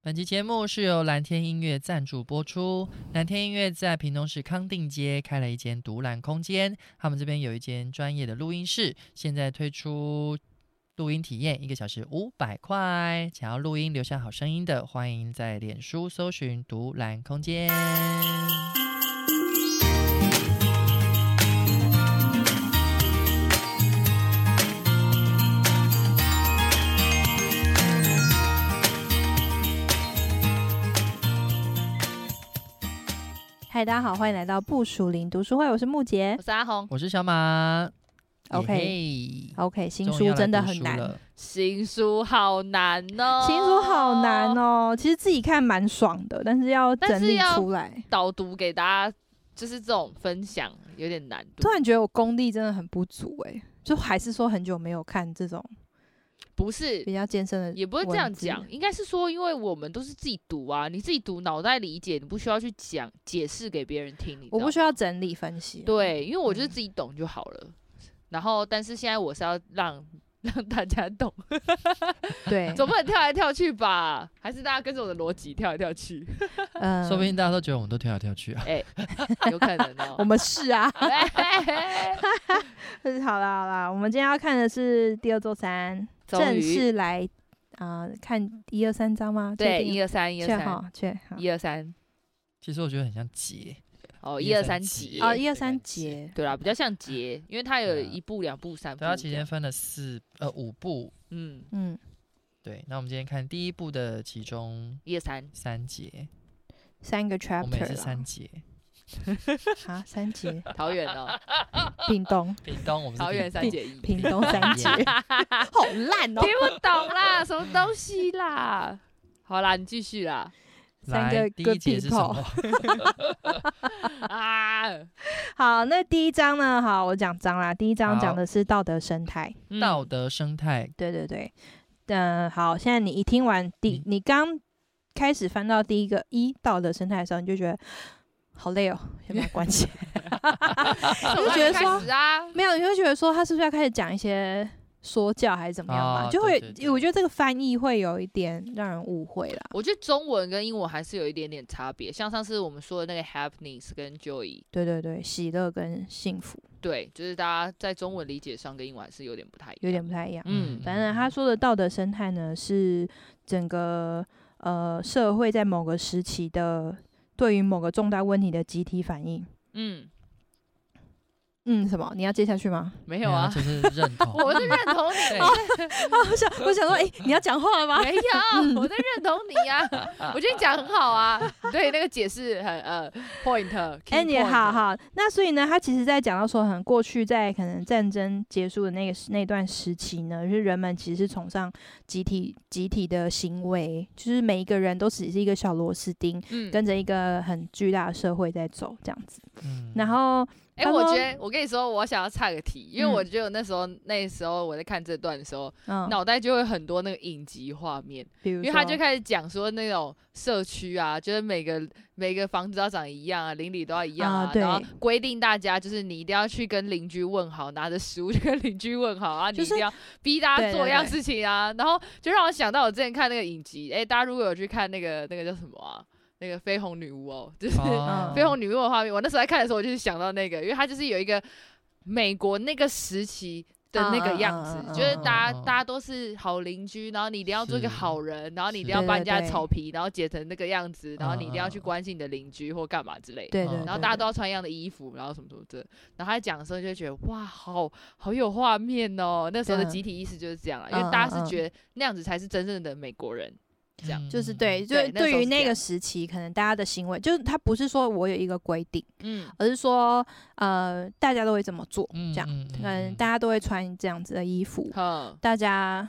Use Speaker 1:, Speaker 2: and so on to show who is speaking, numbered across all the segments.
Speaker 1: 本期节目是由蓝天音乐赞助播出。蓝天音乐在屏东市康定街开了一间独揽空间，他们这边有一间专业的录音室，现在推出录音体验，一个小时五百块。想要录音留下好声音的，欢迎在脸书搜寻独揽空间。
Speaker 2: 嗨，大家好，欢迎来到不熟林读书会，我是木杰
Speaker 3: 我。是阿红，
Speaker 1: 我是小马。
Speaker 2: OK
Speaker 1: 耶嘿
Speaker 2: OK，新
Speaker 1: 终于
Speaker 2: 书
Speaker 1: 要来
Speaker 2: 真的
Speaker 1: 读
Speaker 2: 很
Speaker 1: 书
Speaker 2: 难，
Speaker 1: 了
Speaker 3: 新书好难哦，
Speaker 2: 新书好难，哦。其实自己看蛮爽的，但是要
Speaker 3: 但
Speaker 2: 整
Speaker 3: 是
Speaker 2: 理
Speaker 3: 要
Speaker 2: 出来，
Speaker 3: 导读给大家就是这种分享有点难度
Speaker 2: 突，然觉得我功力真的很不足哎、就还是说很久没有看这种
Speaker 3: 不是
Speaker 2: 比较艰深的，
Speaker 3: 也不是这样讲，。应该是说，因为我们都是自己读啊，你自己读脑袋理解，你不需要去讲解释给别人听，你知道
Speaker 2: 我
Speaker 3: 吗
Speaker 2: 不需要整理分析，，
Speaker 3: 对，因为我就是
Speaker 2: 嗯
Speaker 3: 自己懂就好了。然后，但是现在我是要让让大家 懂，
Speaker 2: 对，
Speaker 3: 总不能跳来跳去吧？还是大家跟着我的逻辑跳来 跳去？
Speaker 2: 嗯
Speaker 1: 说不定大家都觉得我们都跳来跳去啊。
Speaker 3: 哎、有可能哦、
Speaker 2: 我们是啊。
Speaker 3: 哎
Speaker 2: 好啦好啦，我们今天要看的是第二座山，
Speaker 3: 终于
Speaker 2: 正式来啊、看一二三章吗？
Speaker 3: 对，
Speaker 2: 确定
Speaker 3: 一二三，一二
Speaker 2: 确
Speaker 3: 三，
Speaker 2: 好确好哦
Speaker 3: 一二三，
Speaker 1: 其实我觉得很像结，
Speaker 3: 哦，
Speaker 1: 一
Speaker 3: 一
Speaker 1: 二
Speaker 3: 二
Speaker 1: 三
Speaker 3: 三
Speaker 1: 集
Speaker 3: 集。
Speaker 2: 啊，
Speaker 1: 的
Speaker 2: 一二三
Speaker 1: 感觉
Speaker 2: 节。
Speaker 3: 对啦，比较像节，因为它有
Speaker 1: 对啊
Speaker 3: 一步、两步、三步
Speaker 1: 对，啊
Speaker 3: 这样。
Speaker 1: 它期间分了四呃五部。
Speaker 3: 嗯，
Speaker 2: 嗯，
Speaker 1: 对，那我们今天看第一部的其中
Speaker 3: 一 二三，
Speaker 1: 三节，
Speaker 2: 三个
Speaker 1: 我们也是
Speaker 2: chapter
Speaker 3: 啊
Speaker 1: 三节。
Speaker 2: 啦啊，三节，
Speaker 3: 桃园哦，
Speaker 2: 屏东，
Speaker 1: 屏东，我们是
Speaker 3: 桃园
Speaker 1: 屏
Speaker 3: 三结义。
Speaker 2: 屏东三节， 好 烂哦
Speaker 3: 听。不懂啦，什么东西啦？好啦，你继续啦。
Speaker 2: 三
Speaker 1: 来
Speaker 2: 个
Speaker 1: 第
Speaker 2: good
Speaker 1: 一节是什
Speaker 2: people
Speaker 1: 么？
Speaker 3: 啊，
Speaker 2: 好，那第一章呢？好，我讲章啦。第一章
Speaker 1: 好
Speaker 2: 讲的是道德生态。
Speaker 3: 嗯
Speaker 1: 道德生态，
Speaker 2: 对对对，嗯，好，现在你一听完第，
Speaker 1: 嗯
Speaker 2: 你刚开始翻到第一个一道德生态的时候，你就觉得好累哦，先把它关起来。
Speaker 3: 我
Speaker 2: 就觉得说
Speaker 3: 开始啊，
Speaker 2: 没有，你会觉得说他是不是要开始讲一些说教还是怎么样嘛？
Speaker 1: 哦
Speaker 2: 就会
Speaker 1: 对对对
Speaker 2: 我觉得这个翻译会有一点让人误会啦。
Speaker 3: 我觉得中文跟英文还是有一点点差别。像上次我们说的那个 happiness 跟 joy，
Speaker 2: 对对对，喜乐跟幸福
Speaker 3: 对，就是大家在中文理解上跟英文还是有点不太一样。
Speaker 2: 有点不太一样。
Speaker 3: 嗯
Speaker 2: 反正他说的道德生态呢，是整个呃社会在某个时期的对于某个重大问题的集体反应。
Speaker 3: 嗯，
Speaker 2: 嗯，什么？你要接下去吗？
Speaker 3: 没
Speaker 1: 没
Speaker 3: 有啊，
Speaker 1: 就是认同。 嗯
Speaker 3: 我是认同你，
Speaker 1: 对
Speaker 2: 啊，我想，我想说，哎、你要讲话了吗？
Speaker 3: 没有，我在认同你 呀、我觉得你讲得很好啊，对那个解释很呃 point，
Speaker 2: 哎、
Speaker 3: key
Speaker 2: 你
Speaker 3: point
Speaker 2: 好，好，那所以呢，他其实在讲到说，很过去在可能战争结束的那个时那段时期呢，就是人们其实是崇尚集体集体的行为，就是每一个人都只是一个小螺丝钉，
Speaker 3: 嗯，
Speaker 2: 跟着一个很巨大的社会在走这样子。
Speaker 1: 嗯
Speaker 2: 然后
Speaker 3: 哎、
Speaker 2: 他
Speaker 3: 我
Speaker 2: 说
Speaker 3: 觉得我跟你说，我想要岔个题，因为我
Speaker 2: 嗯
Speaker 3: 觉得我那时候那时候我在看这段的时候，
Speaker 2: 嗯，
Speaker 3: 脑、袋就会很多那个影集画面，
Speaker 2: 比如说，
Speaker 3: 因为他就开始讲说那种社区啊，就是每个每个房子都要长一样啊，邻里都要一样
Speaker 2: 啊
Speaker 3: 啊，
Speaker 2: 对
Speaker 3: 然后规定大家就是你一定要去跟邻居问好，拿着食物去跟邻居问好啊，
Speaker 2: 就
Speaker 3: 你一
Speaker 2: 是
Speaker 3: 定要逼大
Speaker 2: 对
Speaker 3: 家
Speaker 2: 对
Speaker 3: 做一样
Speaker 2: 对
Speaker 3: 事情啊，然后就让我想到我之前看那个影集，哎、大家如果有去看那个那个叫什么啊，那个绯红女巫哦，就是。
Speaker 1: 哦
Speaker 3: 绯红
Speaker 2: 嗯
Speaker 3: 女巫的画面，我那时候在看的时候，我就是想到那个，因为它就是有一个美国那个时期的那个样子，
Speaker 2: 嗯嗯嗯嗯
Speaker 3: 就是大家、
Speaker 1: 嗯嗯
Speaker 3: 大家都是好邻居，然后你一定要做一个
Speaker 1: 是
Speaker 3: 好人，然后你一定
Speaker 1: 是
Speaker 3: 要把人家
Speaker 2: 对
Speaker 3: 的
Speaker 2: 对对
Speaker 3: 草皮，然后剪成那个样子，然后你一定
Speaker 1: 嗯
Speaker 3: 要
Speaker 1: 嗯
Speaker 3: 去
Speaker 1: 嗯
Speaker 3: 关心你的邻居或干嘛之类的。
Speaker 2: 对
Speaker 1: 嗯
Speaker 2: 对对，
Speaker 3: 然后大家都要穿一样的衣服，然后什么什么的。然后他讲的时候就会觉得哇，好好有画面哦。那时候的
Speaker 2: 嗯
Speaker 3: 集体意识就是这样了，啊因
Speaker 2: 嗯嗯
Speaker 3: 为大家
Speaker 2: 嗯
Speaker 3: 是觉得那样子才是真正的美国人。
Speaker 1: 嗯
Speaker 3: 这样
Speaker 2: 就是对，就
Speaker 3: 嗯对那时
Speaker 2: 对
Speaker 3: 候
Speaker 2: 于
Speaker 3: 是这
Speaker 2: 那个
Speaker 3: 样
Speaker 2: 时期，可能大家的行为，就是他不是说我有一个规定，
Speaker 3: 嗯，
Speaker 2: 而是说呃大家都会这么做，这样。
Speaker 1: 嗯
Speaker 2: 嗯，大家都会穿这样子的衣服，
Speaker 3: 哼，
Speaker 2: 大家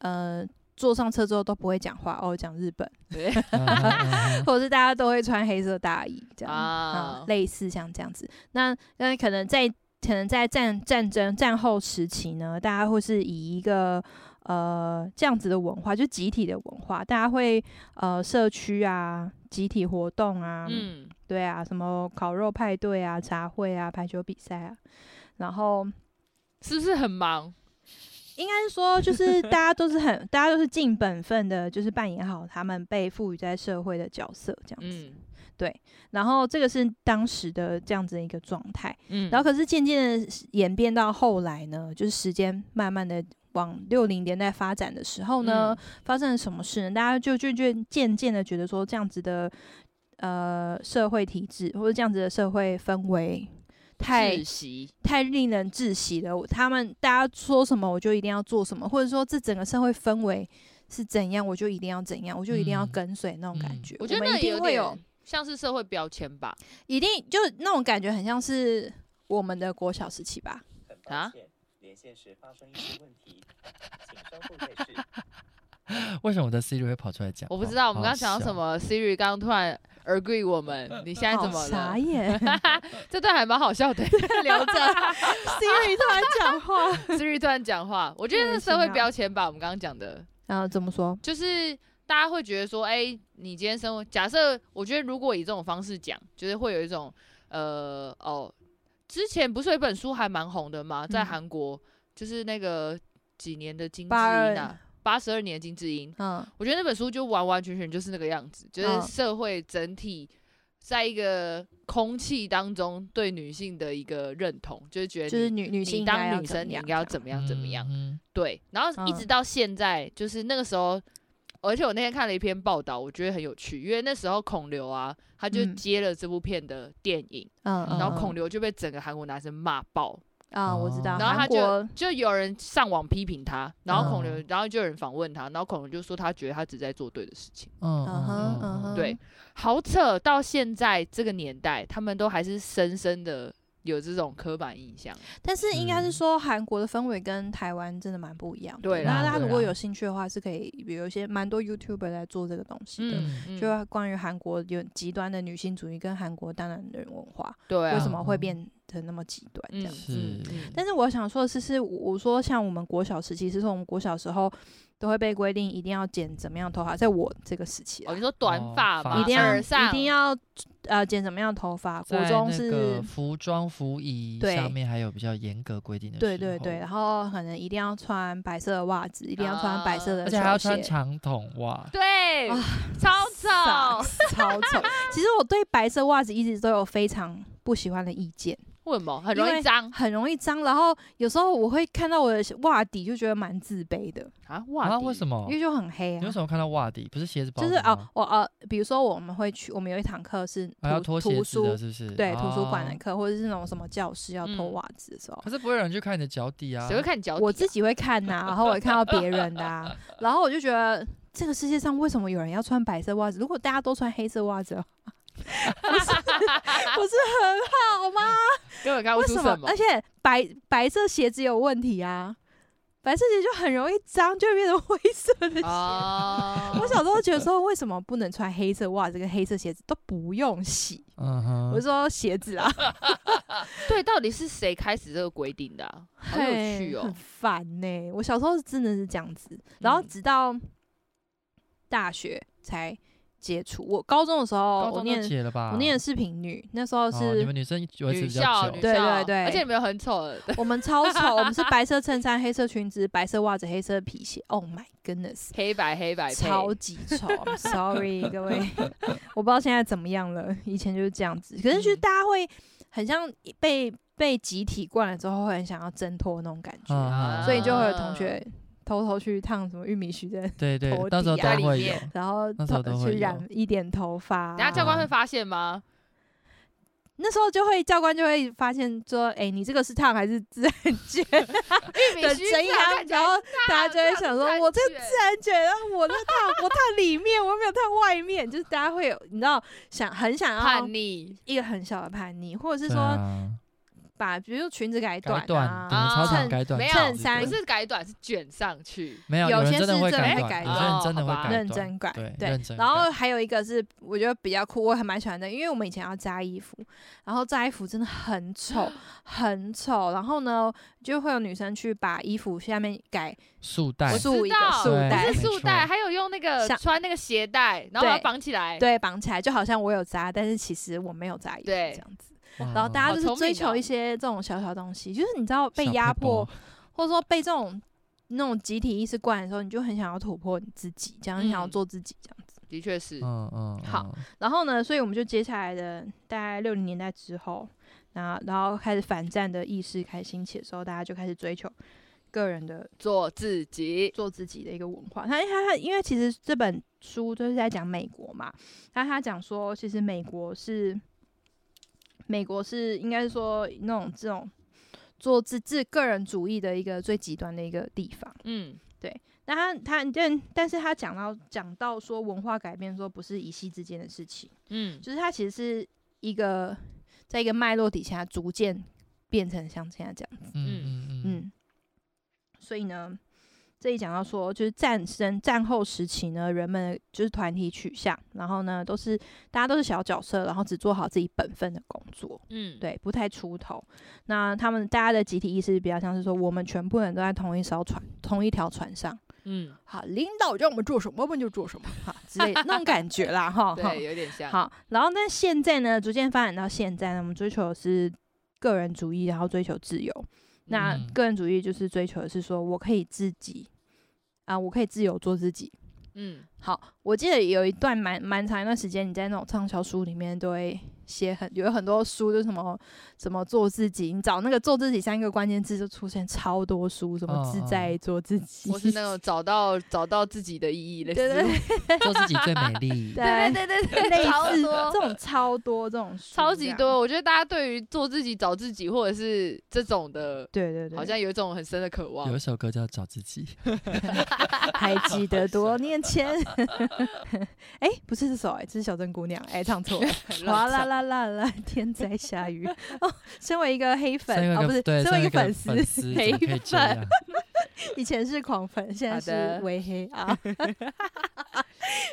Speaker 2: 呃坐上车之后都不会讲话哦，讲日本，
Speaker 3: 对，
Speaker 1: 嗯家
Speaker 2: 或者是大家都会穿黑色大衣这样，
Speaker 3: 啊
Speaker 2: 嗯类似像这样子。那那可能在可能在战战争战后时期呢，大家会是以一个呃这样子的文化，就集体的文化，大家会呃社区啊。集体活动啊，
Speaker 3: 嗯，
Speaker 2: 对啊，什么烤肉派对啊、茶会啊、排球比赛啊，然后
Speaker 3: 是不是很忙？
Speaker 2: 应该是 说，就是大家都是很，大家都是尽本分的，就是扮演好他们被赋予在社会的角色这样子。
Speaker 3: 嗯
Speaker 2: 然后这个是当时的这样子一个状态。
Speaker 3: 嗯，
Speaker 2: 然后可是渐渐的演变到后来呢，就是时间慢慢的往六零年代发展的时候
Speaker 3: 嗯
Speaker 2: 呢，发生了什么事呢？大家就就就渐渐的觉得说，这样子的呃社会体制或者这样子的社会氛围太
Speaker 3: 窒息，
Speaker 2: 太令人窒息了。我他们大家说什么，我就一定要做什么，或者说这整个社会氛围是怎样，我就一定要怎样，我就一定要
Speaker 1: 嗯
Speaker 2: 跟随那种感
Speaker 1: 嗯
Speaker 2: 觉。
Speaker 3: 我觉得
Speaker 2: 们
Speaker 3: 那
Speaker 2: 一
Speaker 3: 也
Speaker 2: 定
Speaker 3: 有
Speaker 2: 会有
Speaker 3: 点，像是社会标签吧，
Speaker 2: 一定就那种感觉，很像是我们的国小时期吧。
Speaker 4: 很
Speaker 3: 啊
Speaker 4: 抱歉，连线时发生一些问题，请稍后再试。
Speaker 1: 为什么我的 Siri 会跑出来讲话？
Speaker 3: 我不知道我
Speaker 1: 好
Speaker 3: 们刚刚讲到
Speaker 1: 笑
Speaker 3: 什。么，Siri 刚刚突然 agree 我们， 你现在
Speaker 2: 好
Speaker 3: 怎么
Speaker 2: 傻
Speaker 3: 了？
Speaker 2: 眼
Speaker 3: 这段还蛮好笑的
Speaker 2: 留着 Siri 突然讲话，
Speaker 3: ，Siri 突然讲话，我觉
Speaker 2: 莫
Speaker 3: 得是
Speaker 2: 名其
Speaker 3: 社会
Speaker 2: 妙
Speaker 3: 标签吧，我们刚刚讲的，
Speaker 2: 然后怎么说？
Speaker 3: 就是大家会觉得说，哎、你今天生活，假设我觉得如果以这种方式讲，就是会有一种呃哦，之前不是有一本书还蛮红的吗？在
Speaker 2: 嗯
Speaker 3: 韩国，就是那个几年的金智
Speaker 2: 82
Speaker 3: 英啊，八十二年的金智英，
Speaker 2: 嗯
Speaker 3: 我觉得那本书就完完全全就是那个样子，就
Speaker 2: 嗯
Speaker 3: 是社会整体在一个空气当中对女性的一个认同，就是觉得
Speaker 2: 就是
Speaker 3: 你
Speaker 2: 女女性
Speaker 3: 你
Speaker 2: 应该要
Speaker 3: 当女
Speaker 2: 怎么
Speaker 3: 生嗯你
Speaker 2: 样
Speaker 3: 应该要
Speaker 2: 这样
Speaker 3: 怎么样怎么样，
Speaker 1: 嗯
Speaker 3: 对，然后一
Speaker 2: 嗯
Speaker 3: 直到现在，就是那个时候，而且我那天看了一篇报道，我觉得很有趣，因为那时候孔刘啊，他就
Speaker 2: 嗯
Speaker 3: 接了这部片的电影，
Speaker 2: 嗯，嗯
Speaker 3: 然后
Speaker 2: 嗯
Speaker 3: 孔刘就被整个韩国男生骂爆，
Speaker 2: 啊，我知道，
Speaker 3: 然后他
Speaker 2: 韩
Speaker 3: 就
Speaker 2: 国
Speaker 3: 就有人上网批评他，然后孔刘，
Speaker 1: 嗯
Speaker 3: 然后就有人访问他，然后孔刘就说他觉得他只在做对的事情，
Speaker 1: 嗯
Speaker 2: 嗯哼嗯哼
Speaker 3: 对，好扯，到现在这个年代，他们都还是深深的有这种刻板印象，
Speaker 2: 但是应该是
Speaker 1: 嗯
Speaker 2: 说韩国的氛围跟台湾真的蛮不一样的。
Speaker 3: 对
Speaker 1: 啦
Speaker 2: 那大家
Speaker 1: 对
Speaker 2: 如果
Speaker 1: 啦
Speaker 2: 有兴趣的话，是可以有一些蛮多 YouTuber 来做这个东西的。
Speaker 3: 嗯，嗯
Speaker 2: 就关于韩国有极端的女性主义跟韩国当然人文化
Speaker 3: 对啊，
Speaker 2: 为什么会
Speaker 1: 嗯
Speaker 2: 变得那么极端这
Speaker 3: 嗯
Speaker 2: 样。
Speaker 1: 子
Speaker 3: 嗯嗯
Speaker 2: 但是我想说的是，是我我说像我们国小时期，是说我们国小时候都会被规定一定要剪怎么样的头发，在我这个时期啊、
Speaker 3: 哦，你说短
Speaker 1: 哦
Speaker 3: 发
Speaker 1: 发
Speaker 3: 嘛，
Speaker 2: 一定要
Speaker 3: 耳上
Speaker 2: 一定要呃剪怎么样的头发，国
Speaker 1: 在
Speaker 2: 中
Speaker 1: 那
Speaker 2: 是、
Speaker 1: 个服装服仪
Speaker 2: 对
Speaker 1: 上面还有比较严格规定的，
Speaker 2: 对对对，，然后可能一定要穿白色的袜子，一定要穿白色的
Speaker 1: 而
Speaker 2: 球
Speaker 1: 且
Speaker 2: 鞋，
Speaker 1: 还要穿长筒袜。
Speaker 3: 对
Speaker 2: 啊，
Speaker 3: 超
Speaker 2: 傻
Speaker 3: 丑。
Speaker 2: 超丑。其实我对白色袜子一直都有非常不喜欢的意见，
Speaker 3: 为什么很
Speaker 2: 因
Speaker 3: 容
Speaker 2: 为
Speaker 3: 易
Speaker 1: 嗯
Speaker 3: 脏
Speaker 2: 很容易脏，然后有时候我会看到我的袜底就觉得蛮自卑的，
Speaker 3: 啊？
Speaker 1: 啊，
Speaker 3: 哇，
Speaker 1: 为什
Speaker 3: 么？
Speaker 1: 么
Speaker 2: 因？为就很黑
Speaker 1: 你为
Speaker 2: 啊
Speaker 1: 什。么看到袜底？不是鞋子包
Speaker 2: 就
Speaker 1: 的
Speaker 2: 是
Speaker 1: 吗？
Speaker 2: 哦，我呃，比如说我们会去，我们有一堂课是
Speaker 1: 还要脱
Speaker 2: 图
Speaker 1: 鞋
Speaker 2: 图
Speaker 1: 子
Speaker 2: 书
Speaker 1: 的，，是不是？
Speaker 2: 对图书馆
Speaker 1: 哦
Speaker 2: 的课，或者是那种什么教室要脱
Speaker 3: 嗯
Speaker 2: 袜子的时候，
Speaker 1: 可是不会有人去看你的脚底啊。
Speaker 3: 谁会看脚底啊？
Speaker 2: 我自己会看呐、然后我也看到别人的、 啊，然后我就觉得这个世界上为什么有人要穿白色袜子？如果大家都穿黑色袜子的话，不是不是很好吗？
Speaker 3: 根本看不
Speaker 2: 为
Speaker 3: 出
Speaker 2: 什
Speaker 3: 什
Speaker 2: 么？而哎且白白色鞋子有问题啊，白色鞋就很容易脏，就会变成灰色的鞋。
Speaker 3: 哦，
Speaker 2: 我小时候觉得 说，为什么不能穿黑色袜子跟黑色鞋子都不用洗？
Speaker 1: 嗯哼，
Speaker 2: 我是说鞋子啊，
Speaker 3: 对，到底是谁开始这个规定的啊？好有
Speaker 2: 嘿
Speaker 3: 趣哦
Speaker 2: 很。烦呢、我小时候真的是这样子，然后
Speaker 3: 嗯
Speaker 2: 直到大学才接触。我高中的时候，
Speaker 1: 高
Speaker 2: 我
Speaker 1: 中都
Speaker 2: 念
Speaker 1: 解了吧？
Speaker 2: 我念的是平女，那时候
Speaker 1: 啊哦你
Speaker 2: 是、
Speaker 1: 们女生维持
Speaker 3: 女
Speaker 1: 比较
Speaker 3: 校，
Speaker 1: 久
Speaker 3: 女，
Speaker 2: 对
Speaker 3: 校
Speaker 2: 对对
Speaker 3: 而且你们有很丑的，
Speaker 2: 我们超丑，我们是白色衬衫、黑色裙子、白色袜子、黑色皮鞋。Oh my goodness！
Speaker 3: 黑白黑白配
Speaker 2: 超级丑 I'm，sorry 各位，我不知道现在怎么样了，以前就是这样子。可是就是
Speaker 3: 嗯
Speaker 2: 大家会很像被被集体惯了之后，会很想要挣脱那种感觉。
Speaker 1: 啊
Speaker 2: 所以就会有同
Speaker 3: 啊
Speaker 2: 学偷偷去烫什么玉米须的，
Speaker 1: 对对
Speaker 2: 头，
Speaker 1: 到时候
Speaker 2: 底
Speaker 1: 都
Speaker 2: 啊
Speaker 3: 里
Speaker 1: 会有
Speaker 3: 面。
Speaker 2: 然后
Speaker 1: 那时候
Speaker 2: 头
Speaker 1: 都会
Speaker 2: 去
Speaker 1: 有
Speaker 2: 染一点头发。
Speaker 3: 啊
Speaker 2: 啊
Speaker 3: 等下教官
Speaker 1: 啊
Speaker 3: 会发现吗？
Speaker 2: 那时候就会教官就会发现说，哎、你这个是烫还是自然 卷的
Speaker 3: 玉米须
Speaker 2: 怎样？然后大家就会想说，我这自然卷，然后我这烫，我烫里面，我又没有烫外面，就是大家会有，你知道，想很想要
Speaker 3: 叛逆，
Speaker 2: 一个很小的叛逆，或者是
Speaker 1: 对
Speaker 2: 说
Speaker 1: 啊
Speaker 2: 把，比如裙子改
Speaker 1: 改
Speaker 2: 短
Speaker 1: 短，
Speaker 2: 啊，
Speaker 1: 对超常
Speaker 2: 衬
Speaker 1: 改短，
Speaker 3: 没有
Speaker 1: 甚
Speaker 2: 衬
Speaker 1: 至
Speaker 2: 衫
Speaker 3: 不
Speaker 1: 对
Speaker 3: 是改短，是卷上去。
Speaker 1: 没有，
Speaker 2: 有
Speaker 1: 人
Speaker 2: 些
Speaker 1: 真的
Speaker 2: 是
Speaker 1: 会
Speaker 2: 真的
Speaker 1: 改
Speaker 2: 会
Speaker 1: 短，
Speaker 2: 改
Speaker 1: 有些人
Speaker 3: 短
Speaker 1: 真的会
Speaker 3: 哦
Speaker 1: 改
Speaker 3: 好吧
Speaker 1: 短，
Speaker 2: 认真改，
Speaker 1: 对
Speaker 2: 对
Speaker 1: 认。真
Speaker 2: 然后
Speaker 1: 改
Speaker 2: 还有一个是我觉得比较酷，我还蛮喜欢的，因为我们以前要扎衣服，然后扎衣服真的 很丑，很丑。然后呢，就会有女生去把衣服下面改
Speaker 1: 束带
Speaker 3: 我知
Speaker 2: 束一个
Speaker 3: 道
Speaker 2: 束
Speaker 1: 对
Speaker 2: 带
Speaker 3: 不
Speaker 1: 哎没
Speaker 3: 是，束
Speaker 1: 错
Speaker 3: 带，还有用那个
Speaker 2: 像
Speaker 3: 穿那个鞋带，然后把它
Speaker 2: 对
Speaker 3: 绑起来。
Speaker 2: 对，绑起来，就好像我有扎，但是其实我没有扎衣服
Speaker 3: 对哦
Speaker 2: 这样子。
Speaker 1: 哇，
Speaker 2: 然后大家
Speaker 3: 好
Speaker 2: 就是
Speaker 3: 聪
Speaker 2: 追
Speaker 3: 明
Speaker 2: 求
Speaker 3: 哦
Speaker 2: 一些这种小小东西，就是你知道被
Speaker 1: 小
Speaker 2: 压
Speaker 1: 佩宝
Speaker 2: 迫，或者说被这种那种集体意识灌的时候，你就很想要突破你自己，这样、你想要
Speaker 3: 嗯
Speaker 2: 做自己这样子。
Speaker 3: 的确是，
Speaker 1: 嗯嗯，
Speaker 2: 好然后呢，所以我们就接下来的大概六零年代之后，然后然后开始反战的意识开始兴起的时候，大家就开始追求个人的
Speaker 3: 做自己，
Speaker 2: 做自己的一个文化。他他他，因为其实这本书就是在讲美国嘛，那他讲说，其实美国是美国是应该是说那种这种做自自个人主义的一个最极端的一个地方。
Speaker 3: 嗯，
Speaker 2: 那他他但但是他讲到讲到说文化改变，说不是一夕之间的事情。
Speaker 3: 嗯，
Speaker 2: 就是它其实是一个在一个脉络底下逐渐变成像现在这样，
Speaker 1: 嗯嗯嗯嗯
Speaker 2: 嗯，所以呢，这里讲到说，就是战争战后时期呢，人们就是团体取向，然后呢都是大家都是小角色，然后只做好自己本分的工作，
Speaker 3: 嗯，，
Speaker 2: 对，不太出头。那他们大家的集体意识比较像是说，我们全部人都在同一艘船、同一条船上，
Speaker 3: 嗯，
Speaker 2: 好，领导让我们做什么，我们就做什么，哈之类的那种感觉啦， 哈，哈
Speaker 3: 对，有点像，
Speaker 2: 好，然后但现在呢，逐渐发展到现在呢，我们追求的是个人主义，然后追求自由。那
Speaker 1: 嗯
Speaker 2: 个人主义就是追求的是说我可以自己啊，我可以自由做自己。
Speaker 3: 嗯，
Speaker 2: 好，我记得有一段蛮蛮长一段时间，你在那种畅销书里面都会写很有很多书，就是什么什么做自己，你找那个做自己三个关键字就出现超多书，什么
Speaker 1: 哦
Speaker 2: 自
Speaker 1: 哦
Speaker 2: 在做自己，
Speaker 3: 嗯我是那种找到找到自己的意义 的
Speaker 2: 对
Speaker 3: 思
Speaker 2: 对
Speaker 3: 路，
Speaker 1: 做自己最美丽。
Speaker 2: 对
Speaker 3: 对 对对
Speaker 2: 类
Speaker 3: 对，超
Speaker 2: 似
Speaker 3: 多
Speaker 2: 这种超多这种书
Speaker 3: 超
Speaker 2: 这
Speaker 3: 级
Speaker 2: 样，
Speaker 3: 多。我觉得大家对于做自己、找自己，或者是这种的，
Speaker 2: 对对对，
Speaker 3: 好像有一种很深的渴望
Speaker 1: 有一。首歌叫《找自己》，
Speaker 2: 还记得多年 前，哎、不是这首、哎，这是小镇姑娘，哎、唱 错了，哗啦啦啦啦， 天在下雨。哦，身为一个黑
Speaker 1: 身
Speaker 2: 粉，
Speaker 1: 为
Speaker 2: 哦，不是，
Speaker 1: 对，
Speaker 2: 身为
Speaker 1: 一
Speaker 2: 一
Speaker 1: 个
Speaker 2: 个粉
Speaker 1: 粉丝，
Speaker 2: 丝，
Speaker 1: 怎么可以这 样？
Speaker 2: 以前是狂粉，现
Speaker 3: 好
Speaker 2: 在
Speaker 3: 的
Speaker 2: 是微黑啊。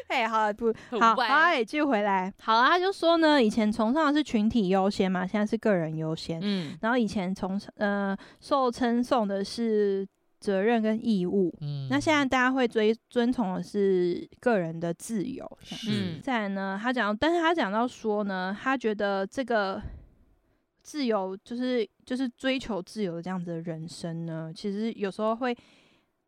Speaker 2: 哎、好，不，
Speaker 3: 很
Speaker 2: 好，
Speaker 3: 歪
Speaker 2: 哎，继续回来。好啊，他就说呢，以前崇尚的是群体优先嘛，现在是个人优先。
Speaker 3: 嗯
Speaker 2: 然后以前崇尚呃受称颂的是责任跟义务，
Speaker 1: 嗯，
Speaker 2: 那现在大家会追遵从的是个人的自由，这样
Speaker 1: 是
Speaker 3: 嗯
Speaker 2: 再来呢，他讲，但是他讲到说呢，他觉得这个自由就是就是追求自由的这样子的人生呢，其实有时候会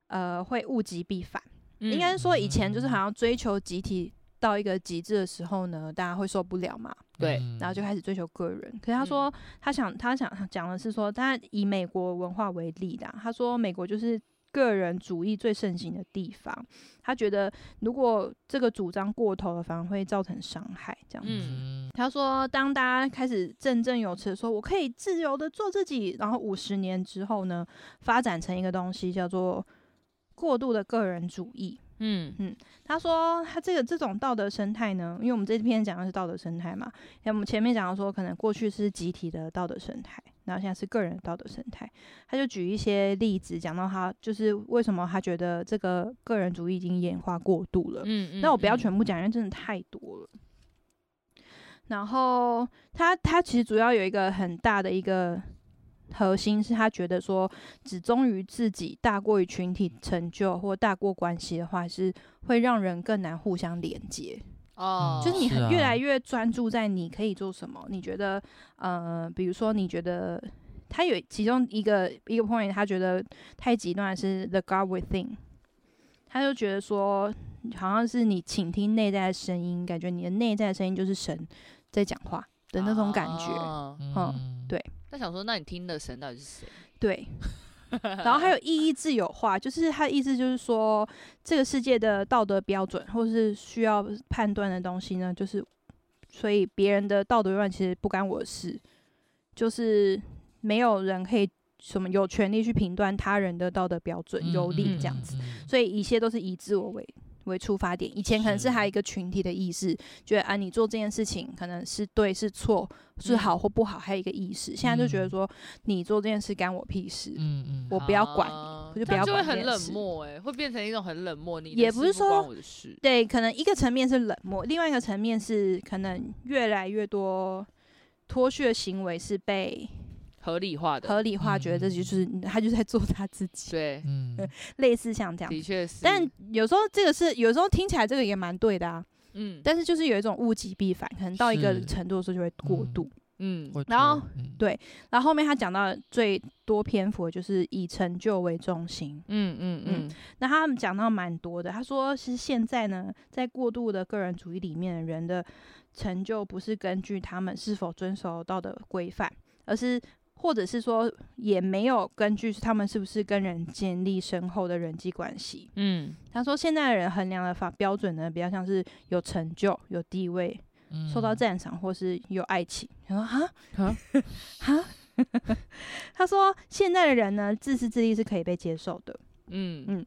Speaker 2: 呃会物极必反，
Speaker 3: 嗯
Speaker 2: 应该是说以前就是好像追求集体到一个极致的时候呢，大家会受不了嘛，
Speaker 3: 对
Speaker 1: 嗯
Speaker 2: 然后就开始追求个人。可是他说，他想他想讲的是说，他以美国文化为例啦，他说美国就是个人主义最盛行的地方。他觉得如果这个主张过头了，反而会造成伤害。这样，
Speaker 1: 嗯
Speaker 2: 他说，当大家开始振振有词地说我可以自由的做自己，然后五十年之后呢，发展成一个东西叫做过度的个人主义。
Speaker 3: 嗯
Speaker 2: 他说他这个这种道德生态呢，因为我们这篇讲的是道德生态嘛，那我们前面讲到说，可能过去是集体的道德生态，然后现在是个人的道德生态。他就举一些例子，讲到他就是为什么他觉得这个个人主义已经演化过度了。
Speaker 3: 嗯
Speaker 2: 那我不要
Speaker 3: 嗯
Speaker 2: 全部讲，因为真的太多了。然后他他其实主要有一个很大的一个核心是他觉得说，只忠于自己大过于群体成就或大过关系的话，是会让人更难互相连接。
Speaker 3: 哦，
Speaker 2: 就是你
Speaker 1: 是
Speaker 2: 很
Speaker 1: 啊
Speaker 2: 越来越专注在你可以做什么，你觉得呃，比如说你觉得。他有其中一个一个 point，他觉得太极端的是 the God within，他就觉得说好像是你倾听内在的声音，感觉你的内在的声音就是神在讲话的那种感觉。
Speaker 3: 哦
Speaker 1: 嗯
Speaker 2: 对
Speaker 3: 那想说，那你听的神到底是谁？
Speaker 2: 对，然后还有意义自由化，就是他的意思就是说，这个世界的道德标准或是需要判断的东西呢，就是所以别人的道德乱其实不干我的事，就是没有人可以什么有权利去评断他人的道德标准优劣这样
Speaker 1: 嗯
Speaker 2: 子，，
Speaker 1: 嗯嗯嗯
Speaker 2: 所以一切都是以自我为。为出发点，以前可能是
Speaker 1: 是
Speaker 2: 还有一个群体的意识，觉得啊，你做这件事情可能是对是错，是好或不好，还有一个意识。现在就觉得
Speaker 1: 嗯
Speaker 2: 说，你做这件事干我屁事，
Speaker 1: 嗯嗯，
Speaker 2: 我不要管你
Speaker 3: 啊
Speaker 2: 我就不
Speaker 3: 那
Speaker 2: 要
Speaker 3: 就会
Speaker 2: 管这
Speaker 3: 很
Speaker 2: 件
Speaker 3: 冷
Speaker 2: 事
Speaker 3: 漠，哎，会变成一种很冷漠，你的
Speaker 2: 也不
Speaker 3: 事
Speaker 2: 是说
Speaker 3: 关我的事，
Speaker 2: 对，可能一个层面是冷漠，另外一个层面是可能越来越多脱序的行为是被
Speaker 3: 合理化的，
Speaker 2: 合理化，
Speaker 1: 嗯
Speaker 2: 觉得这就是他就在做他自己，
Speaker 3: 对，
Speaker 1: 嗯，
Speaker 2: 类似像这
Speaker 3: 的
Speaker 2: 样。
Speaker 3: 确是，
Speaker 2: 但有时候这个是，有时候听起来这个也蛮对的啊，
Speaker 3: 嗯，
Speaker 2: 但是就是有一种物极必反，可能到一个
Speaker 1: 是
Speaker 2: 程度的时候就会过
Speaker 1: 嗯
Speaker 2: 度。
Speaker 3: 嗯
Speaker 1: 或
Speaker 2: 然后
Speaker 1: 者嗯
Speaker 2: 然后后面他讲到最多篇幅的就是以成就为中心，
Speaker 3: 嗯嗯嗯，
Speaker 2: 那他们讲到蛮多的。他说是现在呢，在过度的个人主义里面，人的成就不是根据他们是否遵守道德规范，而是或者是说也没有根据他们是不是跟人建立深厚的人际关系。
Speaker 3: 嗯
Speaker 2: 他说现在的人衡量的法标准呢，比较像是有成就、有地位、受到
Speaker 1: 嗯
Speaker 2: 赞赏或是有爱情。他说哈
Speaker 3: 哈
Speaker 2: 哈，他说现在的人呢，自私自利是可以被接受的，
Speaker 3: 嗯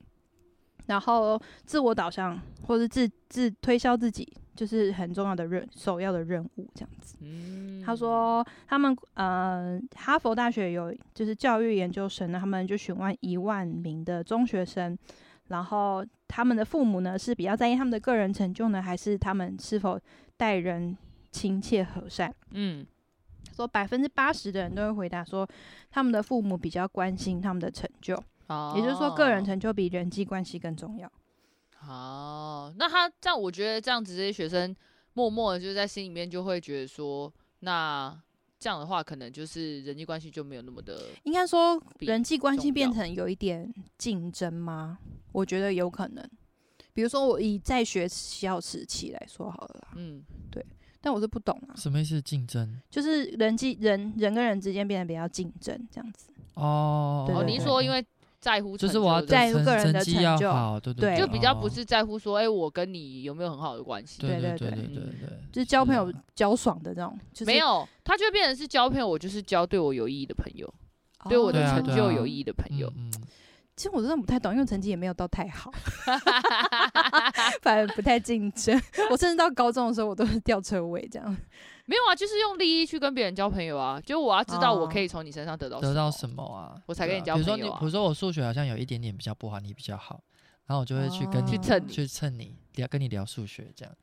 Speaker 2: 然后自我导向或是自自推销自己，就是很重要的任首要的任务这样子。
Speaker 3: 嗯
Speaker 2: 他，说他们呃，哈佛大学有就是教育研究生呢，他们就询问一万名的中学生，然后他们的父母呢是比较在意他们的个人成就呢，还是他们是否待人亲切和善？
Speaker 3: 嗯
Speaker 2: 说百分之八十的人都会回答说，他们的父母比较关心他们的成就，
Speaker 3: 哦，
Speaker 2: 也就是说，个人成就比人际关系更重要。
Speaker 3: 哦，那他这样，我觉得这样子，这些学生默默的就在心里面就会觉得说，那这样的话，可能就是人际关系就没有那么的，
Speaker 2: 应该说，
Speaker 3: 比
Speaker 2: 人际关系
Speaker 3: 重要
Speaker 2: 变成有一点竞争吗？我觉得有可能。比如说，我以在学校时期来说好了啦，
Speaker 3: 嗯
Speaker 2: 但我是不懂啊，
Speaker 1: 什么意思？竞争
Speaker 2: 就是人际人人跟人之间变得比较竞争这样子，
Speaker 1: 哦
Speaker 2: 对
Speaker 3: 哦，
Speaker 2: 对
Speaker 3: 你
Speaker 2: 对
Speaker 3: 是说因为在乎
Speaker 1: 就
Speaker 3: 成
Speaker 1: 是我要
Speaker 3: 就
Speaker 2: 在乎
Speaker 3: 的
Speaker 1: 成
Speaker 2: 个人
Speaker 1: 成
Speaker 2: 的
Speaker 1: 绩
Speaker 2: 成
Speaker 1: 要
Speaker 2: 就
Speaker 1: 好，对
Speaker 2: 对
Speaker 1: 对，
Speaker 3: 就比较不
Speaker 1: 哦
Speaker 3: 是在乎说，哎，我跟你有没有很好的关系？
Speaker 1: 对
Speaker 2: 对
Speaker 1: 对
Speaker 2: 对
Speaker 1: 对对
Speaker 3: 嗯
Speaker 1: 对，
Speaker 2: 就是交朋友
Speaker 1: 是啊
Speaker 2: 交爽的这种，就是
Speaker 3: 没有，他就会变成是交朋友，我就是交对我有意义的朋友，
Speaker 2: 哦
Speaker 3: 对我的
Speaker 1: 对啊
Speaker 3: 成
Speaker 1: 对
Speaker 3: 就
Speaker 1: 啊
Speaker 3: 有意义的朋友。
Speaker 1: 嗯嗯
Speaker 2: 其实我真的不太懂，因为成绩也没有到太好，反而不太竞争。 我甚至到高中的时候，我都是吊车尾这样。
Speaker 3: 没有啊，就是用利益去跟别人交朋友啊，就我要知道我
Speaker 2: 哦
Speaker 3: 可以从你身上得到
Speaker 1: 得到
Speaker 3: 么。
Speaker 1: 什么啊？
Speaker 3: 我才
Speaker 1: 对
Speaker 3: 跟你
Speaker 1: 啊
Speaker 3: 交
Speaker 1: 比如说
Speaker 3: 朋
Speaker 1: 你，
Speaker 3: 友啊
Speaker 1: 比如说我数学好像有一点点比较不好，你比较好，然后我就会去跟
Speaker 2: 哦
Speaker 1: 你
Speaker 2: 去
Speaker 3: 蹭你
Speaker 1: 去蹭你聊跟你聊数学这样。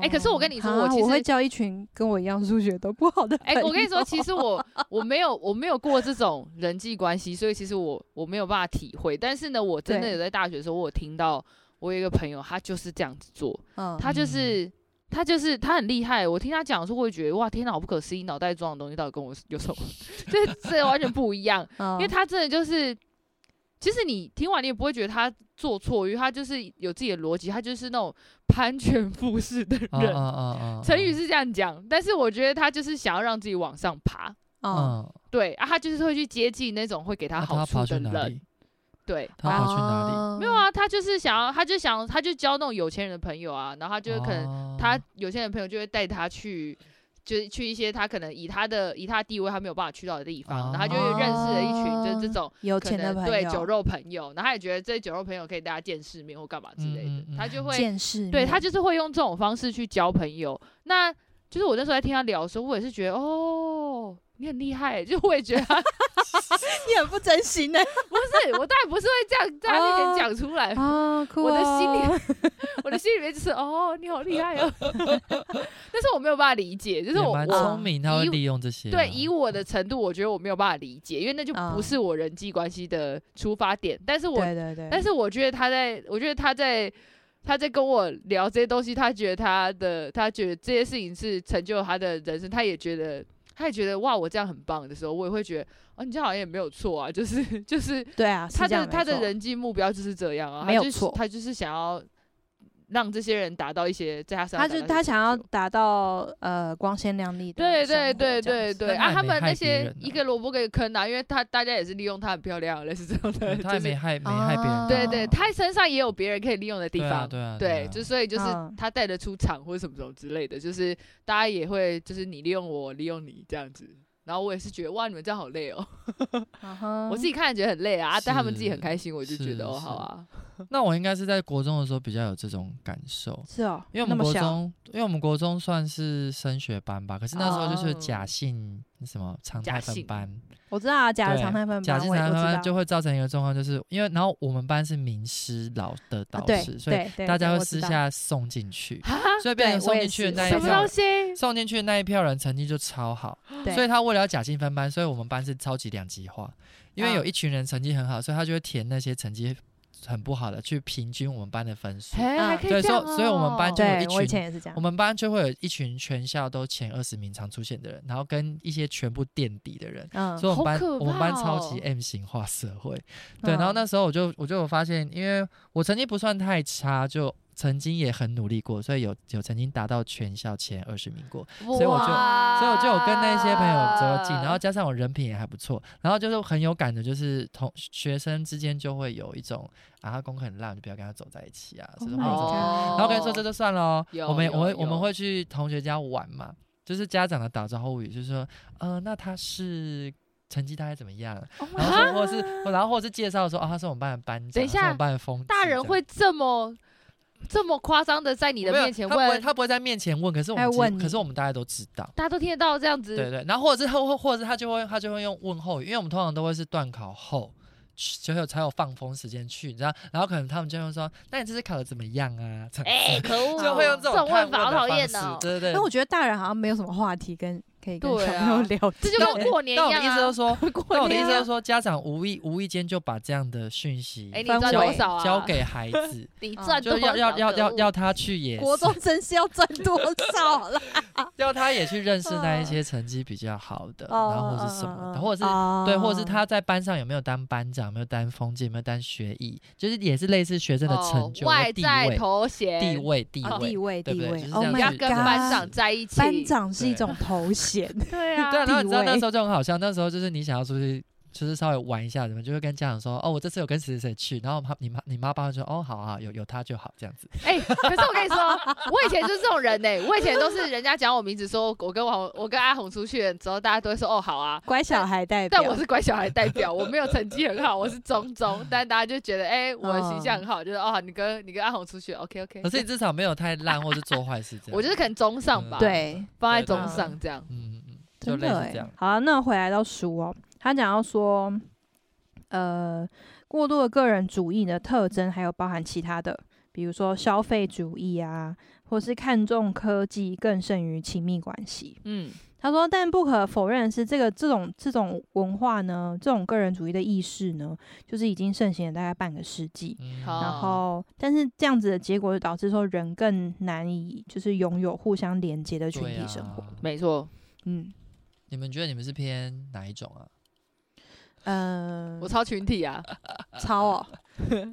Speaker 2: 哎
Speaker 3: 可是我跟你说我
Speaker 2: 我
Speaker 3: 其实
Speaker 2: 会交一群跟我一样数学都不好的。
Speaker 3: 哎、我跟你说，，其实我我没有我没有过这种人际关系，所以其实我我没有办法体会。但是呢，我真的
Speaker 2: 对
Speaker 3: 有在大学的时候，我有听到我有一个朋友，他就是这样子做，
Speaker 2: 嗯，
Speaker 3: 他就是。他就是他很厉害，我听他讲的时候，我会觉得哇，天哪，好不可思议，脑袋装的东西到底跟我 有什么？这这完全不一样。
Speaker 2: 因
Speaker 3: 因
Speaker 1: 嗯
Speaker 3: 为他真的就是，其实你听完你也不会觉得他做错，因为他就是有自己的逻辑，他就是那种 攀权附势的
Speaker 1: 啊
Speaker 3: 人。
Speaker 1: 啊啊啊！
Speaker 3: 成语是这样讲，但是我觉得他就是想要让自己往上爬。
Speaker 2: 嗯，
Speaker 1: 嗯，
Speaker 3: 对啊，他就是会去接近那种会给他
Speaker 1: 那
Speaker 3: 好
Speaker 1: 他
Speaker 3: 处
Speaker 1: 跑去
Speaker 3: 的
Speaker 1: 哪
Speaker 3: 人
Speaker 1: 里。？嗯
Speaker 3: 对，
Speaker 1: 他跑去哪里？
Speaker 2: 里
Speaker 3: 没有，啊，他就是想要，他就想，他就交那种有钱人的朋友啊，然后他就可能
Speaker 1: 能
Speaker 3: 他
Speaker 2: 嗯
Speaker 3: 有些人朋友就会带他去，就是去一些他可能以他的以他地位他没有办法去到的地方，然后他就会认识了一群就是这种
Speaker 2: 哦有
Speaker 3: 可
Speaker 2: 钱的
Speaker 3: 能
Speaker 2: 朋友，
Speaker 3: 对酒肉朋友，然后他也觉得这酒肉朋友可以带他见世面或干嘛之类的，
Speaker 1: 嗯嗯嗯
Speaker 3: 他就会
Speaker 2: 见识面，
Speaker 3: 对他就是会用这种方式去交朋友。那就是我那时候在听他聊的时候，我也是觉得哦，你很厉害，就我也觉得他
Speaker 2: 你很不欸珍惜 呢。
Speaker 3: 不是，我当然不是会这样在他面前讲出来。
Speaker 2: 啊，酷
Speaker 3: 哎我的心
Speaker 2: 哦
Speaker 3: 里，我的心里面就是哦，你好厉害哦， 但是我没有办法理解，就是
Speaker 1: 也
Speaker 3: 我
Speaker 1: 蛮
Speaker 3: 我
Speaker 1: 聪明，他会
Speaker 3: 以
Speaker 1: 利用这些啊。
Speaker 3: 对，以我的程度，我觉得我没有办法理解，因为那就不
Speaker 2: 嗯
Speaker 3: 是我人际关系的出发点。但是我，
Speaker 2: 对对对，
Speaker 3: 但是我觉得他在，我觉得他在，他在跟我聊这些东西，他觉得他的，他觉得这些事情是成就他的人生，他也觉得，他也觉得哇，我这样很棒的时候，我也会觉得，哦，你这样好像也没有错啊，就是 就是
Speaker 2: 对啊，是
Speaker 3: 他
Speaker 2: 这
Speaker 3: 的
Speaker 2: 样
Speaker 3: 他
Speaker 2: 没
Speaker 3: 的
Speaker 2: 错
Speaker 3: 人际目标就是这样啊，
Speaker 2: 没有
Speaker 3: 他就是
Speaker 2: 错
Speaker 3: 他就是想要让这些人达到一些在他身
Speaker 2: 他
Speaker 3: 上，
Speaker 2: 就他想要。达到呃光鲜亮丽的
Speaker 3: 对
Speaker 2: 生
Speaker 3: 对
Speaker 2: 活
Speaker 3: 对
Speaker 2: 这样
Speaker 3: 对
Speaker 2: 子嗯
Speaker 1: 但
Speaker 3: 对
Speaker 1: 他
Speaker 3: 啊！
Speaker 1: 也
Speaker 3: 他
Speaker 1: 没
Speaker 3: 们
Speaker 1: 害
Speaker 3: 那
Speaker 1: 别
Speaker 3: 些
Speaker 1: 人
Speaker 3: 一
Speaker 1: 啊
Speaker 3: 个萝卜给坑啊，因为他大家也是利用她很漂亮，类似这种的，
Speaker 1: 嗯他也
Speaker 3: 就
Speaker 1: 没
Speaker 3: 是
Speaker 1: 害没害别人，
Speaker 3: 对对，
Speaker 2: 啊
Speaker 3: 她身上也有别人可以利用的地
Speaker 1: 对啊
Speaker 3: 方，
Speaker 1: 对啊
Speaker 3: 对
Speaker 1: 啊，
Speaker 3: 就所以就是
Speaker 2: 嗯
Speaker 3: 她带得出场或者什么什么之类的，就是大家也会就是你利用我，我利用你这样子。然后我也是觉得哇，你们这样好累哦，
Speaker 2: 嗯哼
Speaker 3: 我自己看着觉得很累啊，啊但他们自己很
Speaker 1: 是
Speaker 3: 开心，我就是觉得哦好
Speaker 1: 是
Speaker 3: 啊，
Speaker 1: 那我应该是在国中的时候比较有这种感受，
Speaker 2: 是哦，
Speaker 1: 因为我
Speaker 2: 那
Speaker 1: 们
Speaker 2: 么
Speaker 1: 国
Speaker 2: 小
Speaker 1: 中，因为我们国中算是升学班吧，可是那时候就是
Speaker 3: 哦
Speaker 1: 假性什么常
Speaker 3: 假
Speaker 1: 态分
Speaker 3: 性
Speaker 1: 班，
Speaker 2: 我知道啊，假的
Speaker 1: 对
Speaker 2: 常态分班，
Speaker 1: 假性
Speaker 2: 我
Speaker 1: 常态分
Speaker 2: 我知道啊
Speaker 1: 班就会造成一个状况，就是因为然后我们班是名师老的
Speaker 2: 啊
Speaker 1: 导
Speaker 2: 对
Speaker 1: 师，所以
Speaker 2: 对对，
Speaker 1: 大家
Speaker 2: 对
Speaker 1: 会
Speaker 2: 我
Speaker 1: 私
Speaker 2: 知道啊
Speaker 1: 下送进去，
Speaker 3: 哈
Speaker 1: 所以变成
Speaker 2: 对
Speaker 1: 送
Speaker 2: 我
Speaker 1: 进
Speaker 2: 也
Speaker 1: 去的
Speaker 2: 是
Speaker 1: 那
Speaker 3: 什
Speaker 1: 一
Speaker 3: 么
Speaker 1: 票
Speaker 3: 东
Speaker 1: 人，
Speaker 3: 西？
Speaker 1: 送进去的那一票人成绩就超好，
Speaker 2: 对
Speaker 1: 所以他为了要假性分
Speaker 2: 啊
Speaker 1: 班，所以我们班是超级两极化，因为有一群人成绩很好，所以他就会填那些成绩很不好的去评均我们班的分数。
Speaker 3: 哎，还
Speaker 2: 嗯
Speaker 3: 可以
Speaker 1: 对
Speaker 3: 这
Speaker 1: 所以
Speaker 3: 样哦
Speaker 1: 所以我们班就有一
Speaker 2: 对我
Speaker 1: 群
Speaker 2: 以前也是这样
Speaker 1: 我。们班就会有一群全校都前二十名常出现的人，然后跟一些全部垫底的人，
Speaker 2: 嗯
Speaker 1: 所以我们
Speaker 3: 好
Speaker 1: 班、
Speaker 3: 可
Speaker 1: 我们班
Speaker 3: 怕
Speaker 1: 超级
Speaker 3: 哦
Speaker 1: M 型化社会。对，然后
Speaker 2: 嗯
Speaker 1: 那时候我就我就有发现，因为我成绩不算太差，就曾经也很努力过，所以有有曾经达到全校前二十名过，
Speaker 3: 所
Speaker 1: 以我就
Speaker 3: 就
Speaker 1: 所以我就有跟那些朋友
Speaker 3: 啊
Speaker 1: 走近，然后加上我人品也还不错，然后就是很有感的，就是同学生之间就会有一种啊，他功课很烂，就不要跟他走在一起啊，这
Speaker 2: Oh
Speaker 1: 种
Speaker 2: my
Speaker 1: 这种然
Speaker 2: god
Speaker 1: 后跟你说这就算了哦，
Speaker 3: 有
Speaker 1: 我们我们
Speaker 3: 有
Speaker 1: 我们
Speaker 3: 有
Speaker 1: 会去同学家玩嘛，就是家长的打招呼语，就是说，呃，那他是成绩大概怎么样？
Speaker 2: 哦
Speaker 1: 然 后说或者是，然后或者是介绍说，哦，他是我们班的班长，
Speaker 3: 啊等一
Speaker 1: 他是我
Speaker 3: 下
Speaker 1: 们班的风纪
Speaker 3: 大
Speaker 1: 这
Speaker 3: 人
Speaker 1: 样
Speaker 3: 会这么这么夸张的在你的
Speaker 1: 没有
Speaker 3: 面前
Speaker 1: 他不会
Speaker 3: 问，
Speaker 1: 他不会在面前问，可是我
Speaker 2: 他
Speaker 1: 们
Speaker 2: 会
Speaker 1: 其实
Speaker 2: 问
Speaker 1: 可是
Speaker 2: 你
Speaker 1: 我们大家都知道。
Speaker 3: 大家都听得到这样
Speaker 1: 对
Speaker 3: 子，
Speaker 1: 对，然后或者是他或或者是他就会他就会用问候语，因为我们通常都会是段考后。去就有才有放风时间去，你知道，然后可能他们就会说：“那你这次考的怎么样啊？”这样
Speaker 3: 哎，可恶，
Speaker 1: 就会用这种
Speaker 3: 这种
Speaker 1: 探
Speaker 3: 问法好
Speaker 1: 的
Speaker 3: 讨
Speaker 1: 方
Speaker 3: 厌
Speaker 1: 式
Speaker 3: 哦。
Speaker 1: 对对对。
Speaker 2: 但我觉得大人好像没有什么话题跟可以跟
Speaker 3: 对
Speaker 2: 小
Speaker 3: 啊
Speaker 2: 朋友聊，
Speaker 3: 这就跟过年一
Speaker 1: 但我的
Speaker 3: 样
Speaker 1: 意思
Speaker 3: 啊
Speaker 1: 就是 说，
Speaker 3: 过
Speaker 1: 但我的意
Speaker 3: 年
Speaker 1: 思
Speaker 3: 啊
Speaker 1: 就是说，家长无意无意间就把这样的讯息
Speaker 3: 哎，你
Speaker 2: 氛
Speaker 3: 赚
Speaker 1: 交
Speaker 3: 多
Speaker 2: 围
Speaker 3: 少啊？
Speaker 1: 交给孩 子，
Speaker 3: 你
Speaker 2: 嗯
Speaker 3: 赚
Speaker 1: 就
Speaker 3: 多
Speaker 1: 要
Speaker 3: 少？
Speaker 1: 要要要
Speaker 3: 可恶
Speaker 1: 要他去也
Speaker 2: 国中生是要赚多少 啦？
Speaker 1: 要他也去认识那一些成绩比较好的，
Speaker 2: 哦
Speaker 3: 哦
Speaker 1: 然后或是什
Speaker 3: 嗯
Speaker 1: 么的，或者是。
Speaker 2: 是
Speaker 1: 对，或者是他在班上有没有当班长，有没有当风纪，有没有当学艺，就是也是类似学生的
Speaker 3: 哦
Speaker 1: 成就、
Speaker 3: 外
Speaker 1: 地
Speaker 3: 在
Speaker 1: 位、
Speaker 3: 头衔，
Speaker 1: 地位、地
Speaker 2: 哦
Speaker 1: 位
Speaker 2: 地。位
Speaker 1: 对
Speaker 2: 地
Speaker 1: 不对
Speaker 2: 位
Speaker 1: 就是这
Speaker 2: ，Oh
Speaker 1: 样
Speaker 3: 你
Speaker 2: my
Speaker 3: 要
Speaker 2: god，
Speaker 3: 跟班长在一起，
Speaker 2: 班长是一
Speaker 1: 对
Speaker 2: 种头衔，
Speaker 3: 对啊，
Speaker 1: 对啊，然后你知道
Speaker 2: 地位
Speaker 1: 那时候就很好笑，那时候就是你想要出去，就是稍微玩一下，你们就会跟家长说，哦，我这次有跟谁谁谁去，然后他你妈你妈爸爸就说，哦，好啊，有有他就好这样子。
Speaker 3: 哎、可是我跟你说，我以前就是这种人呢、我以前都是人家讲我名字，说我跟王，我跟阿红出去了之后，大家都会说哦好啊。
Speaker 2: 乖小孩代表。
Speaker 3: 但我是乖小孩代表，我没有成绩很好，我是中 中，但大家就觉得哎、我的形象很好，就是哦，你跟你跟阿红出去，OK OK。
Speaker 1: 可是你至少没有太烂或是做坏事 这样。
Speaker 3: 我就是可能中上吧，
Speaker 1: 嗯
Speaker 2: 对，
Speaker 3: 放在
Speaker 1: 对
Speaker 3: 中
Speaker 2: 对对
Speaker 3: 上这样。
Speaker 1: 嗯，嗯嗯，就
Speaker 2: 真
Speaker 1: 类
Speaker 2: 的
Speaker 1: 似
Speaker 3: 欸
Speaker 2: 哎
Speaker 1: 这样。。
Speaker 2: 好、啊，那回来到书哦，他讲到说，呃，过度的个人主义的特征，还有包含其他的，比如说消费主义啊，或是看重科技更胜于亲密关系。
Speaker 3: 嗯，
Speaker 2: 他说，但不可否认的是，这个这种这种文化呢，这种个人主义的意识呢，就是已经盛行了大概半个世纪。
Speaker 1: 嗯
Speaker 3: 好
Speaker 2: 然后，但是这样子的结果就导致说，人更难以就是拥有互相连接的群
Speaker 1: 对
Speaker 2: 体生活。
Speaker 1: 啊
Speaker 3: 没错，
Speaker 2: 嗯，
Speaker 1: 你们觉得你们是偏哪一种啊？
Speaker 2: 呃，
Speaker 3: 我超群体 啊，
Speaker 2: 超哦，
Speaker 3: 呃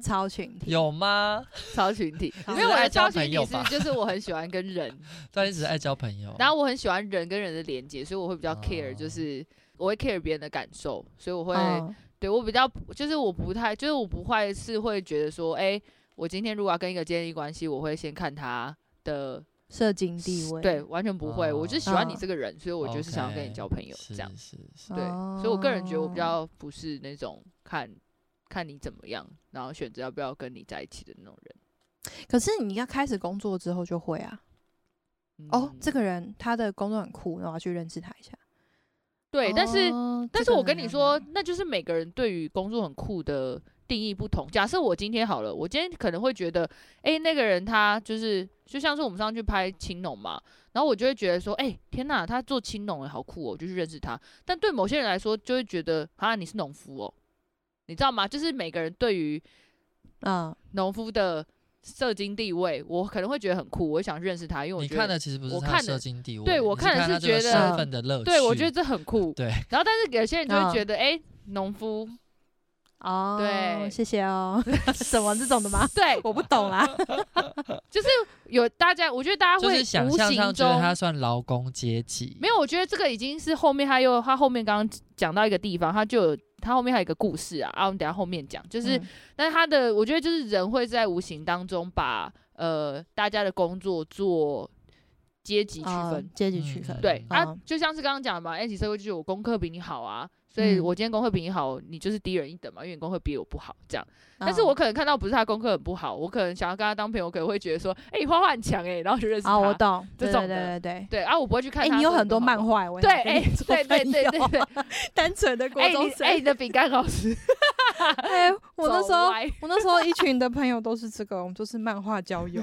Speaker 2: 超群体。
Speaker 1: 有吗？
Speaker 3: 超群体。
Speaker 1: 你
Speaker 3: 没
Speaker 1: 是
Speaker 3: 有我
Speaker 1: 爱
Speaker 3: 的
Speaker 1: 交
Speaker 3: 超
Speaker 1: 朋
Speaker 3: 群
Speaker 1: 友
Speaker 3: 体是
Speaker 1: 吧
Speaker 3: 就是我很喜欢 跟人
Speaker 1: 对，你只是爱交朋友。
Speaker 3: 然后我很喜欢人跟人的连接，所以我会比较 care，、
Speaker 1: 哦
Speaker 3: 就是我会 care 别人的感受，所以我会、
Speaker 2: 嗯
Speaker 3: 对我比较就是我不太就是我不会是会觉得说，哎、我今天如果要跟一个建立关系，我会先看他的
Speaker 2: 社经地位，
Speaker 3: 对，完全不会，我就喜欢你
Speaker 2: 哦
Speaker 3: 这个人，所以我就是想要跟你交朋友
Speaker 1: 是
Speaker 3: 这样，
Speaker 1: 是是。
Speaker 2: 哦
Speaker 3: 对，所以我个人觉得我比较不是那种看看你怎么样，然后选择要不要跟你在一起的那种人。
Speaker 2: 可是你要开始工作之后就会啊。哦
Speaker 3: 嗯，
Speaker 2: 这个人他的工作很酷，那我要去认识他一下。
Speaker 3: 对，但是
Speaker 2: 哦
Speaker 3: 但
Speaker 2: 这
Speaker 3: 是
Speaker 2: 个
Speaker 3: 我跟
Speaker 2: 很
Speaker 3: 你
Speaker 2: 难
Speaker 3: 说
Speaker 2: 啊，
Speaker 3: 那就是每个人对于工作很酷的定义不同。假设我今天好了，我今天可能会觉得，诶，那个人他就是，就像是我们上次去拍青龙嘛，然后我就会觉得说，诶，天呐，他做青龙诶，好酷哦，我就去认识他。但对某些人来说，就会觉得，啊，你是农夫哦，你知道吗？就是每个人对于
Speaker 2: 嗯，
Speaker 3: 农夫的社经地位，我可能会觉得很酷，我想认识他，因为我
Speaker 1: 你
Speaker 3: 觉
Speaker 1: 看
Speaker 3: 得。
Speaker 1: 的其实不是
Speaker 3: 我
Speaker 1: 他的
Speaker 3: 看
Speaker 1: 社
Speaker 3: 的
Speaker 1: 经地位，
Speaker 3: 对
Speaker 1: 你
Speaker 3: 我
Speaker 1: 是
Speaker 3: 看的
Speaker 1: 他
Speaker 3: 是
Speaker 1: 这个
Speaker 3: 觉得
Speaker 1: 身份的乐趣。
Speaker 3: 对，我觉得这很酷。
Speaker 1: 对，
Speaker 3: 然后但是有些人就
Speaker 2: 嗯
Speaker 3: 会觉得，诶，农夫，
Speaker 2: 哦，
Speaker 3: 对
Speaker 2: 谢谢 哦，什么这种的吗？
Speaker 3: 对，
Speaker 2: 我不懂啦，
Speaker 3: 就是有大家，我觉得大家
Speaker 1: 就
Speaker 3: 会
Speaker 1: 是想
Speaker 3: 无
Speaker 1: 象上
Speaker 3: 形
Speaker 1: 觉得他
Speaker 3: 中
Speaker 1: 算劳工阶级，
Speaker 3: 没有，我觉得这个已经是后面他又他后面刚刚讲到一个地方，他就有他后面还有一个故事啊，啊，我们等一下后面讲， 就是、
Speaker 2: 嗯
Speaker 3: 但是他的我觉得就是人会在无形当中把呃大家的工作做阶级区
Speaker 2: 哦
Speaker 3: 分。
Speaker 2: 阶级区分，
Speaker 3: 对、啊
Speaker 2: 嗯，
Speaker 3: 就像是刚刚讲的嘛，哎，起社会就是我功课比你好啊，所以
Speaker 2: 嗯
Speaker 3: 我今天功课比你好，你就是低人一等嘛，因为你功课比我不好这样。但
Speaker 1: 哦
Speaker 2: 嗯
Speaker 3: 是我可能看到不是他功课很不好，我可能想要跟他当朋友，我可能会觉得说，哎，你画画很强哎，然后就认识他。
Speaker 1: 哦
Speaker 2: 啊，我懂，
Speaker 3: 这
Speaker 2: 对
Speaker 3: 种
Speaker 2: 对对
Speaker 3: 的
Speaker 2: 对对。
Speaker 3: 对啊，我不会去看
Speaker 2: 哎，
Speaker 3: 他
Speaker 2: 你有
Speaker 3: 做得
Speaker 2: 很多
Speaker 3: 好
Speaker 2: 漫
Speaker 3: 不好。
Speaker 2: 画，我也
Speaker 3: 对，
Speaker 2: 想跟
Speaker 3: 哎
Speaker 2: 你做，
Speaker 3: 对对
Speaker 2: 朋
Speaker 3: 对
Speaker 2: 友
Speaker 3: 对对，
Speaker 2: 单纯 的国
Speaker 3: 哎，
Speaker 2: 中
Speaker 3: 你
Speaker 2: 生，
Speaker 3: 哎，你的饼干好吃。
Speaker 2: 哎， 我那
Speaker 3: 走
Speaker 2: 时候
Speaker 3: 歪
Speaker 2: 我那时候一群的朋友都是这个，我们就是漫画交 友，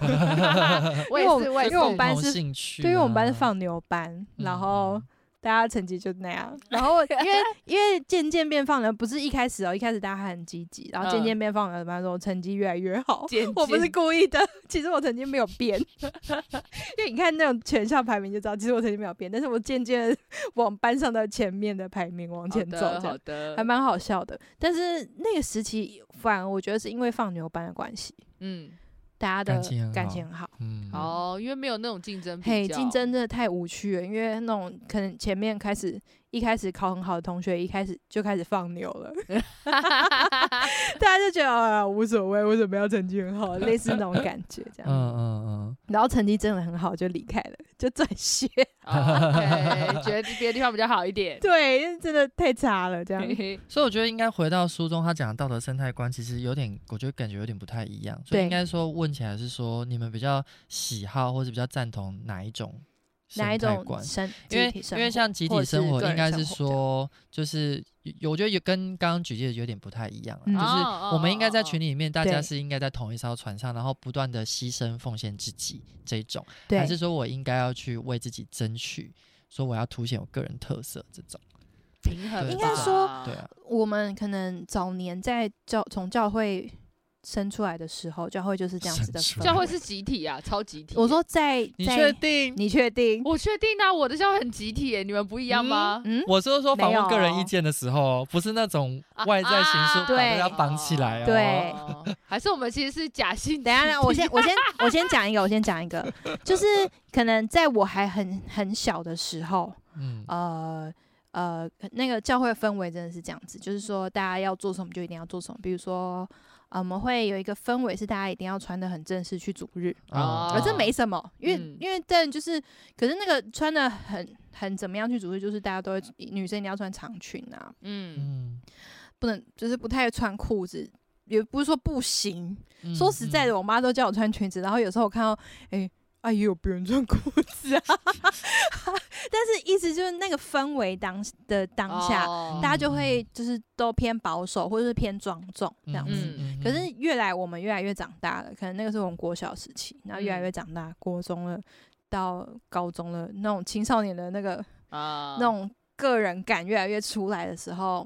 Speaker 3: 我也
Speaker 2: 因为
Speaker 3: 是，
Speaker 2: 我
Speaker 3: 我也
Speaker 2: 因
Speaker 3: 是
Speaker 2: 为我们班
Speaker 1: 不同
Speaker 2: 是
Speaker 1: 兴趣啊，
Speaker 2: 对，因为我们班是放牛班，然后
Speaker 1: 嗯
Speaker 2: 大家成绩就那样。然后因为因为渐渐变放人，不是一开始哦，一开始大家还很积极，然后渐
Speaker 3: 嗯
Speaker 2: 渐变放人，班说成绩越来越好。
Speaker 3: 渐
Speaker 2: 我不是
Speaker 3: 渐
Speaker 2: 故意的，其实我成绩没有变， 因为你看那种全校排名就知道，其实我成绩没有变，但是我渐渐地往班上的前面的排名往前走，这
Speaker 3: 好的
Speaker 2: 样
Speaker 3: 好的，
Speaker 2: 还蛮好笑的。但是那个时期，反而我觉得是因为放牛班的关系，
Speaker 3: 嗯，
Speaker 2: 大家的
Speaker 1: 感情很
Speaker 2: 感
Speaker 1: 好
Speaker 2: 情很好。
Speaker 1: 嗯，
Speaker 3: 哦，因为没有那种竞争比
Speaker 2: 嘿，
Speaker 3: 较
Speaker 2: 竞 争真的太无趣了，因为那种可能前面开始一开始考很好的同学，一开始就开始放 牛了，大家就觉得啊无所谓，为什么要成绩很好， 类似那种感觉这
Speaker 1: 嗯
Speaker 2: 样。
Speaker 1: 嗯嗯，
Speaker 2: 然后成绩真的很好，就离开了，就转 学。
Speaker 3: 哦，OK，觉得别的地方比较好一点。
Speaker 2: 对，啊因为真的太差了，这样
Speaker 3: 嘿嘿
Speaker 1: 所以我觉得应该回到书中他讲的道德生态观，其实有点，我觉得感觉有点不太一样。所以
Speaker 2: 对
Speaker 1: 应该说问起来是说，你们比较喜好或者比较赞同哪一种
Speaker 2: 哪一
Speaker 1: 生态
Speaker 2: 种
Speaker 1: 观？
Speaker 2: 生？
Speaker 1: 因为
Speaker 2: 集体
Speaker 1: 因
Speaker 2: 生
Speaker 1: 为
Speaker 2: 活
Speaker 1: 像集
Speaker 2: 或
Speaker 1: 体
Speaker 2: 者
Speaker 1: 生活，
Speaker 2: 个
Speaker 1: 应
Speaker 2: 人
Speaker 1: 该
Speaker 2: 生
Speaker 1: 是
Speaker 2: 活这样
Speaker 1: 说，就是有我觉得有跟刚刚举例的有点不太一样啊、
Speaker 2: 嗯
Speaker 3: 哦
Speaker 2: 哦
Speaker 1: 就是我们应该在群里面，大家
Speaker 2: 对
Speaker 1: 是应该在同一艘船上，然后不断的牺牲奉献自己这一种，还是
Speaker 2: 对，
Speaker 1: 说我应该要去为自己争取，说我要凸显我个人特色这种？
Speaker 3: 平衡吧，
Speaker 1: 应该
Speaker 2: 说
Speaker 1: 对啊，
Speaker 2: 我们可能早年在教从教会生出来的时候，教会就是这样子的
Speaker 1: 生出来
Speaker 2: 氛
Speaker 3: 教会
Speaker 2: 围
Speaker 3: 是集体啊，超集体。
Speaker 2: 我说在
Speaker 1: 你确
Speaker 2: 在，
Speaker 1: 定？
Speaker 2: 你确定？
Speaker 3: 我确定啊，我的教会很集体耶，你们不一样吗？
Speaker 2: 嗯，
Speaker 1: 我是说访
Speaker 2: 没
Speaker 1: 问个人
Speaker 2: 有
Speaker 1: 意见的时候，不是那种
Speaker 3: 啊
Speaker 1: 外在形式
Speaker 3: 啊
Speaker 1: 把大家
Speaker 2: 对
Speaker 1: 绑起来哦。
Speaker 2: 对
Speaker 3: 哦， 还是我们其实是假性集体？
Speaker 2: 等一下， 等一下我先我先我先讲一个，我先讲一个，就是可能在我还很很小的时候，
Speaker 1: 嗯，
Speaker 2: 呃呃，那个教会氛围真的是这样子，就是说大家要做什么就一定要做什么，比如说。呃，我们会有一个氛围，是大家一定要穿的很正式去主日，
Speaker 1: 哦
Speaker 2: 而这没什么，因为、
Speaker 3: 嗯
Speaker 2: 因为但就是，可是那个穿的很很怎么样去主日，就是大家都会女生一定要穿长裙啊，
Speaker 3: 嗯，
Speaker 1: 嗯，
Speaker 2: 不能就是不太穿裤子，也不是说不行，
Speaker 1: 嗯
Speaker 2: 说实在，的，我妈都叫我穿裙子，然后有时候我看到，哎、啊，也有别人穿裤子 啊，但是意思就是那个氛围当的当下，
Speaker 3: 哦
Speaker 2: 大家就会就是都偏保守或者是偏庄重这样子。
Speaker 3: 嗯
Speaker 2: 可是越来我们越来越长大了，可能那个是我们国小时期，然后越来
Speaker 3: 嗯
Speaker 2: 越长大，国中了到高中了，那种青少年的那个
Speaker 3: 啊
Speaker 2: 那种个人感越来越出来的时候，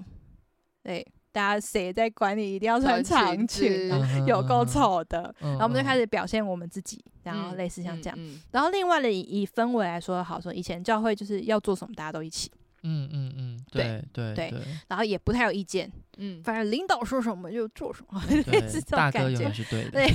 Speaker 2: 对大家谁在管你一定要穿
Speaker 3: 穿裙
Speaker 2: 长
Speaker 3: 子
Speaker 2: 裙啊？
Speaker 1: 嗯
Speaker 2: 有够，丑的，
Speaker 1: 然
Speaker 2: 然后我们就开
Speaker 1: 始
Speaker 2: 始表现我们自己，然后
Speaker 3: 嗯
Speaker 2: 类似像这样。
Speaker 3: 嗯嗯
Speaker 2: 然后另外的以以氛围来说，好说以前教会就是要做什么大家都一起，
Speaker 1: 嗯嗯嗯，对
Speaker 2: 对
Speaker 1: 对
Speaker 2: 对然后也不太有意见，
Speaker 3: 嗯，
Speaker 2: 反正领导说什么就做什么，类
Speaker 1: 对
Speaker 2: 似这
Speaker 1: 大
Speaker 2: 种
Speaker 1: 哥
Speaker 2: 感
Speaker 1: 永
Speaker 2: 觉
Speaker 1: 远。是对的，
Speaker 2: 对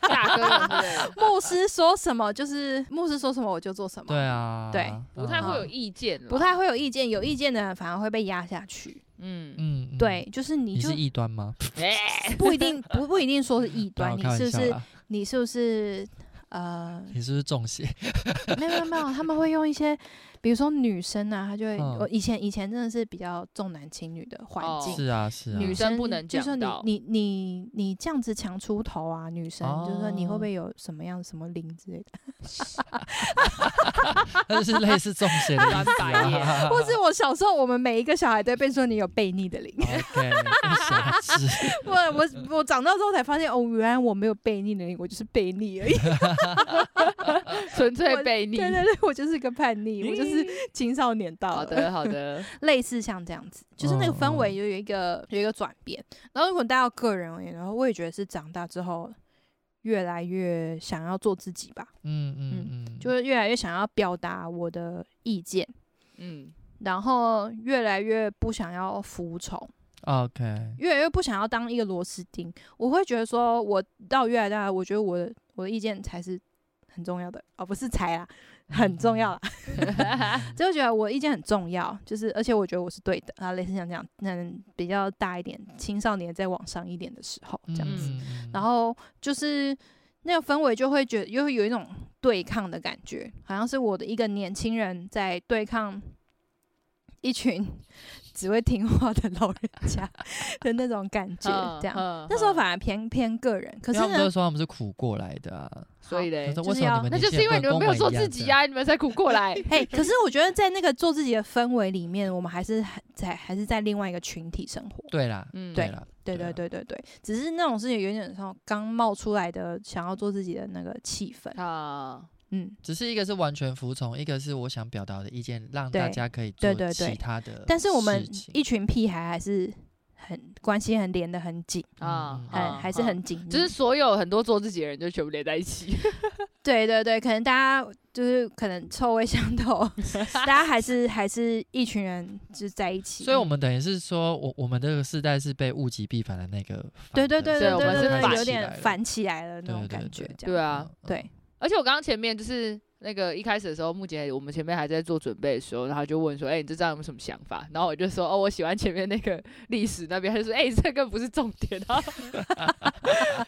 Speaker 3: 大哥对不对
Speaker 2: 牧师说什么就是牧师说什么我就做什么，
Speaker 1: 对，啊，
Speaker 2: 对
Speaker 1: 嗯
Speaker 3: 不太会有，意见啦，
Speaker 2: 不太会有意见，有意见的人反而会被压下去。
Speaker 3: 嗯嗯，
Speaker 1: 嗯，嗯，
Speaker 2: 对，就是你
Speaker 1: 你
Speaker 2: 就是
Speaker 1: 异端吗？
Speaker 3: 哎，
Speaker 2: 不一定不不一定说是异端，
Speaker 1: 我
Speaker 2: 你
Speaker 1: 开玩
Speaker 2: 是不
Speaker 1: 笑
Speaker 2: 是
Speaker 1: 啦
Speaker 2: 你是不是呃
Speaker 1: 你是不是中邪？
Speaker 2: 没有没有没有，他们会用一些，比如说女生啊，她就会，
Speaker 1: 嗯
Speaker 2: 我以前以前真的是比较重男轻女的环
Speaker 3: 哦
Speaker 2: 境。
Speaker 1: 是啊是啊，
Speaker 3: 女
Speaker 2: 女
Speaker 3: 生
Speaker 2: 生
Speaker 3: 不能
Speaker 2: 就
Speaker 3: 讲
Speaker 2: 是你
Speaker 3: 到
Speaker 2: 你你你这样子强出头啊，女生、就是说你会
Speaker 1: 哦
Speaker 2: 不会有什么样什么灵之类 的，
Speaker 1: 那就是类似中邪的意
Speaker 3: 翻
Speaker 1: 思
Speaker 3: 白眼
Speaker 1: 啊。
Speaker 2: 或是我小时候我们每一个小孩都会被说你有悖逆的灵，
Speaker 1: OK，被辖制。
Speaker 2: 我我我长大之后才发现哦，原来我没有悖逆的灵，我就是悖逆而已，
Speaker 3: 纯 粹
Speaker 2: 我
Speaker 3: 被你
Speaker 2: 对。对对，我就是个叛逆，我就是青少年到了，
Speaker 3: 嗯好的，好的，
Speaker 2: 类似像这样子，就是那个
Speaker 1: 嗯
Speaker 2: 氛围
Speaker 1: 嗯
Speaker 2: 有有一个、有一个转变。然后如果带到个人而言，然后我也觉得是长大之后越来越想要做自己吧，
Speaker 1: 嗯嗯嗯，
Speaker 2: 就是越来越想要表达我的意见，
Speaker 3: 嗯，
Speaker 2: 然后越来越不想要服从，
Speaker 1: OK，
Speaker 2: 越来越不想要当一个螺丝钉。我会觉得说，我到越来越大，我觉得我的我的意见才是很重要的，哦，不是才啦，很重要啦。 就觉得我意见很重要，就是而且我觉得我是对的啊，类似像这样，嗯，比较大一点，青少年再往上一点的时候这样子，
Speaker 1: 嗯，嗯
Speaker 2: 然后就是那个氛围就会觉得又会有一种对抗的感觉，好像是我的一个年轻人在对抗 一群只会听话的老人家的那种感觉，
Speaker 3: 嗯
Speaker 2: 这样。
Speaker 3: 样
Speaker 2: 那时候反而偏偏个人，可
Speaker 1: 嗯因
Speaker 2: 是
Speaker 1: 为他们都
Speaker 2: 呢，
Speaker 1: 说他们是苦过来的啊，
Speaker 3: 嗯所以嘞
Speaker 1: 可，
Speaker 2: 就
Speaker 1: 为什
Speaker 2: 是
Speaker 1: 么
Speaker 2: 要
Speaker 1: 你们
Speaker 3: 那
Speaker 1: 年
Speaker 3: 就
Speaker 1: 轻
Speaker 3: 是因
Speaker 1: 人
Speaker 3: 为你们
Speaker 1: 不能
Speaker 3: 没
Speaker 1: 跟
Speaker 3: 有
Speaker 1: 我
Speaker 3: 做
Speaker 1: 一样
Speaker 3: 自己
Speaker 1: 这样，
Speaker 2: 啊
Speaker 3: 呀、你们才苦过 来。
Speaker 2: 嘿，可是我觉得在那个做自己的氛围里面，我们还是还在还是在另外一个群体生活。
Speaker 1: 对啦，
Speaker 3: 嗯，
Speaker 1: 对啦，
Speaker 2: 对
Speaker 1: 对啊
Speaker 2: 对对对对，只是那种事情有点像刚冒出来的，想要做自己的那个气氛。
Speaker 3: 啊，
Speaker 2: 嗯，
Speaker 1: 只是一个是完全服从，一个是我想表达的意见，让大
Speaker 2: 对
Speaker 1: 家可以做
Speaker 2: 对对对
Speaker 1: 其他的事情。
Speaker 2: 但是我们一群屁孩还是很关系很连的很紧，
Speaker 3: 啊
Speaker 1: 嗯，
Speaker 2: 很、
Speaker 3: 啊
Speaker 2: 哎还是
Speaker 3: 啊
Speaker 2: 很紧密。
Speaker 3: 只是所有很多做自己的人就全部连在一起，
Speaker 2: 对对对，可能大家就是可能臭味相 投，大家还是还是一群人就在一起。
Speaker 1: 所以我们等于是说，我我们这个世代是被物极必反的那个反
Speaker 2: 对
Speaker 1: 的。
Speaker 2: 对对
Speaker 3: 对
Speaker 2: 对
Speaker 3: 我们
Speaker 2: 对
Speaker 3: 是
Speaker 2: 对
Speaker 3: 反
Speaker 2: 对，有
Speaker 1: 起来
Speaker 2: 点
Speaker 1: 了嗯
Speaker 2: 反起来了那
Speaker 1: 对
Speaker 2: 种
Speaker 1: 对
Speaker 2: 感
Speaker 1: 对
Speaker 2: 觉，这
Speaker 3: 对
Speaker 2: 样
Speaker 3: 啊，
Speaker 2: 对
Speaker 3: 而且我刚刚前面就是那个一开始的时候，木姐我们前面还在做准备的时候，然后她就问说：“哎、你对这张有没有什么想法？”然后我就说：“哦，我喜欢前面那个 历史那边。”她就说：“哎、这个不是重点。”然后，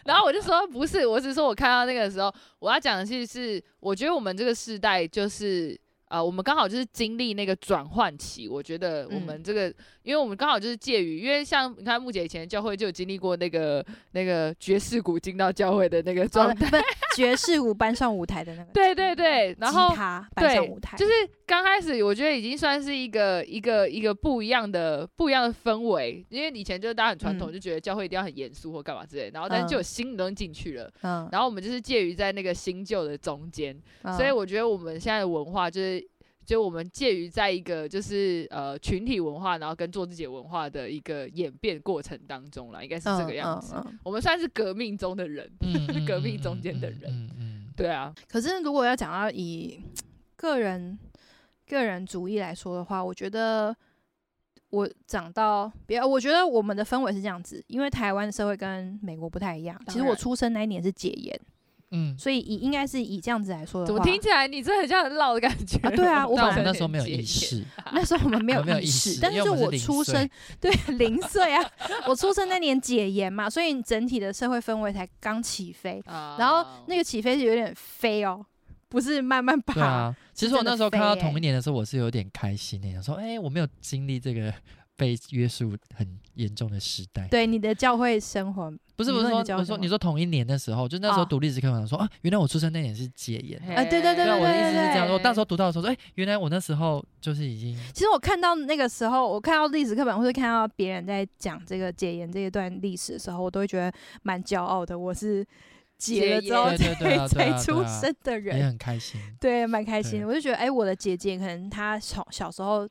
Speaker 3: 然后我就说：“不是，我只是说我看到那个的时候，我要讲的是，是我觉得我们这个世代就是。”啊、我们刚好就是经历那个转换期，我觉得我们这个，因为我们刚好就是介于，因为像你看木姐以前的教会就有经历过那个那个爵士鼓进到教会的那个
Speaker 2: 好
Speaker 3: 状
Speaker 2: 了，
Speaker 3: 态，
Speaker 2: 不爵士舞搬上舞台的那个，
Speaker 3: 对对对，然后
Speaker 2: 吉他搬上
Speaker 3: 对
Speaker 2: 舞台，
Speaker 3: 就是刚开始，我觉得已经算是一个一个一个不一样的不一样的氛围，因为以前就是大家很传统，
Speaker 2: 嗯
Speaker 3: 就觉得教会一定要很严肃或干嘛之类，然后但是就有新的东西进去了，
Speaker 2: 嗯，
Speaker 3: 然后我们就是介于在那个新旧的中间，
Speaker 2: 嗯
Speaker 3: 所以我觉得我们现在的文化就是。就我们介于在一个就是呃群体文化，然后跟做自己的文化的一个演变过程当中啦，应该是这个样子。
Speaker 2: 嗯嗯嗯
Speaker 3: 我们算是革命中的人，
Speaker 1: 嗯， 嗯
Speaker 3: 革命中间的人
Speaker 1: 嗯嗯
Speaker 3: 对啊，
Speaker 2: 可是如果要讲到以个人个人主义来说的话，我觉得我长到比较，我觉得我们的氛围是这样子，因为台湾的社会跟美国不太一样。其
Speaker 3: 当
Speaker 2: 实我
Speaker 3: 然
Speaker 2: 出生那一年是解严，
Speaker 1: 嗯。嗯
Speaker 2: 所以以应该是以这样子来说的
Speaker 3: 怎
Speaker 2: 话，
Speaker 3: 么听起来你真的很像很老的感觉？
Speaker 2: 啊对啊我
Speaker 1: 但我们
Speaker 2: 本来
Speaker 1: 那时候没有
Speaker 3: 很
Speaker 1: 意
Speaker 3: 解
Speaker 1: 识，
Speaker 2: 那时候我们没有
Speaker 1: 没有意
Speaker 2: 识，
Speaker 1: 识
Speaker 2: 但
Speaker 1: 因为
Speaker 2: 就
Speaker 1: 我们是
Speaker 2: 我
Speaker 1: 零
Speaker 2: 出
Speaker 1: 岁
Speaker 2: 生，对零岁啊， 我出生那年解严嘛，所以整体的社会氛围才刚起飞，
Speaker 3: 啊
Speaker 2: 然后那个起飞是有点飞哦，不是慢慢爬，
Speaker 1: 对啊。其实我
Speaker 2: 真的
Speaker 1: 那时候看到
Speaker 2: 飞欸
Speaker 1: 同一年的时候，我是有点开心的，想说，哎，我没有经历这个 被约束很严重的时代。
Speaker 2: 对你的教会生活，
Speaker 1: 不是
Speaker 2: 你
Speaker 1: 不是
Speaker 2: 说你
Speaker 1: 说
Speaker 2: 教
Speaker 1: 我
Speaker 2: 什
Speaker 1: 说
Speaker 2: 么
Speaker 1: 你说同一年的时候，就那时候
Speaker 2: 哦
Speaker 1: 读历史课本，说啊，原来我出生那年是戒严的。
Speaker 2: 啊对对
Speaker 1: 对
Speaker 2: 对
Speaker 1: 啊，
Speaker 2: 对
Speaker 1: 我的意思是这样。
Speaker 3: 对
Speaker 1: 我那时候读到的时候说，哎，原来我那时候就是已经
Speaker 2: 其实我看到那个时候，我看到历史课本或者看到别人在讲这个解严这一段历史的时候，我都会觉得蛮骄傲的。我是解了之后
Speaker 1: 对对对啊对
Speaker 2: 才
Speaker 1: 啊
Speaker 2: 出
Speaker 1: 对啊
Speaker 2: 生的
Speaker 1: 也
Speaker 2: 人，
Speaker 1: 很开心。
Speaker 2: 对，蛮开心
Speaker 1: 对
Speaker 2: 的。我就觉得，哎，我的姐姐可能她从小时候，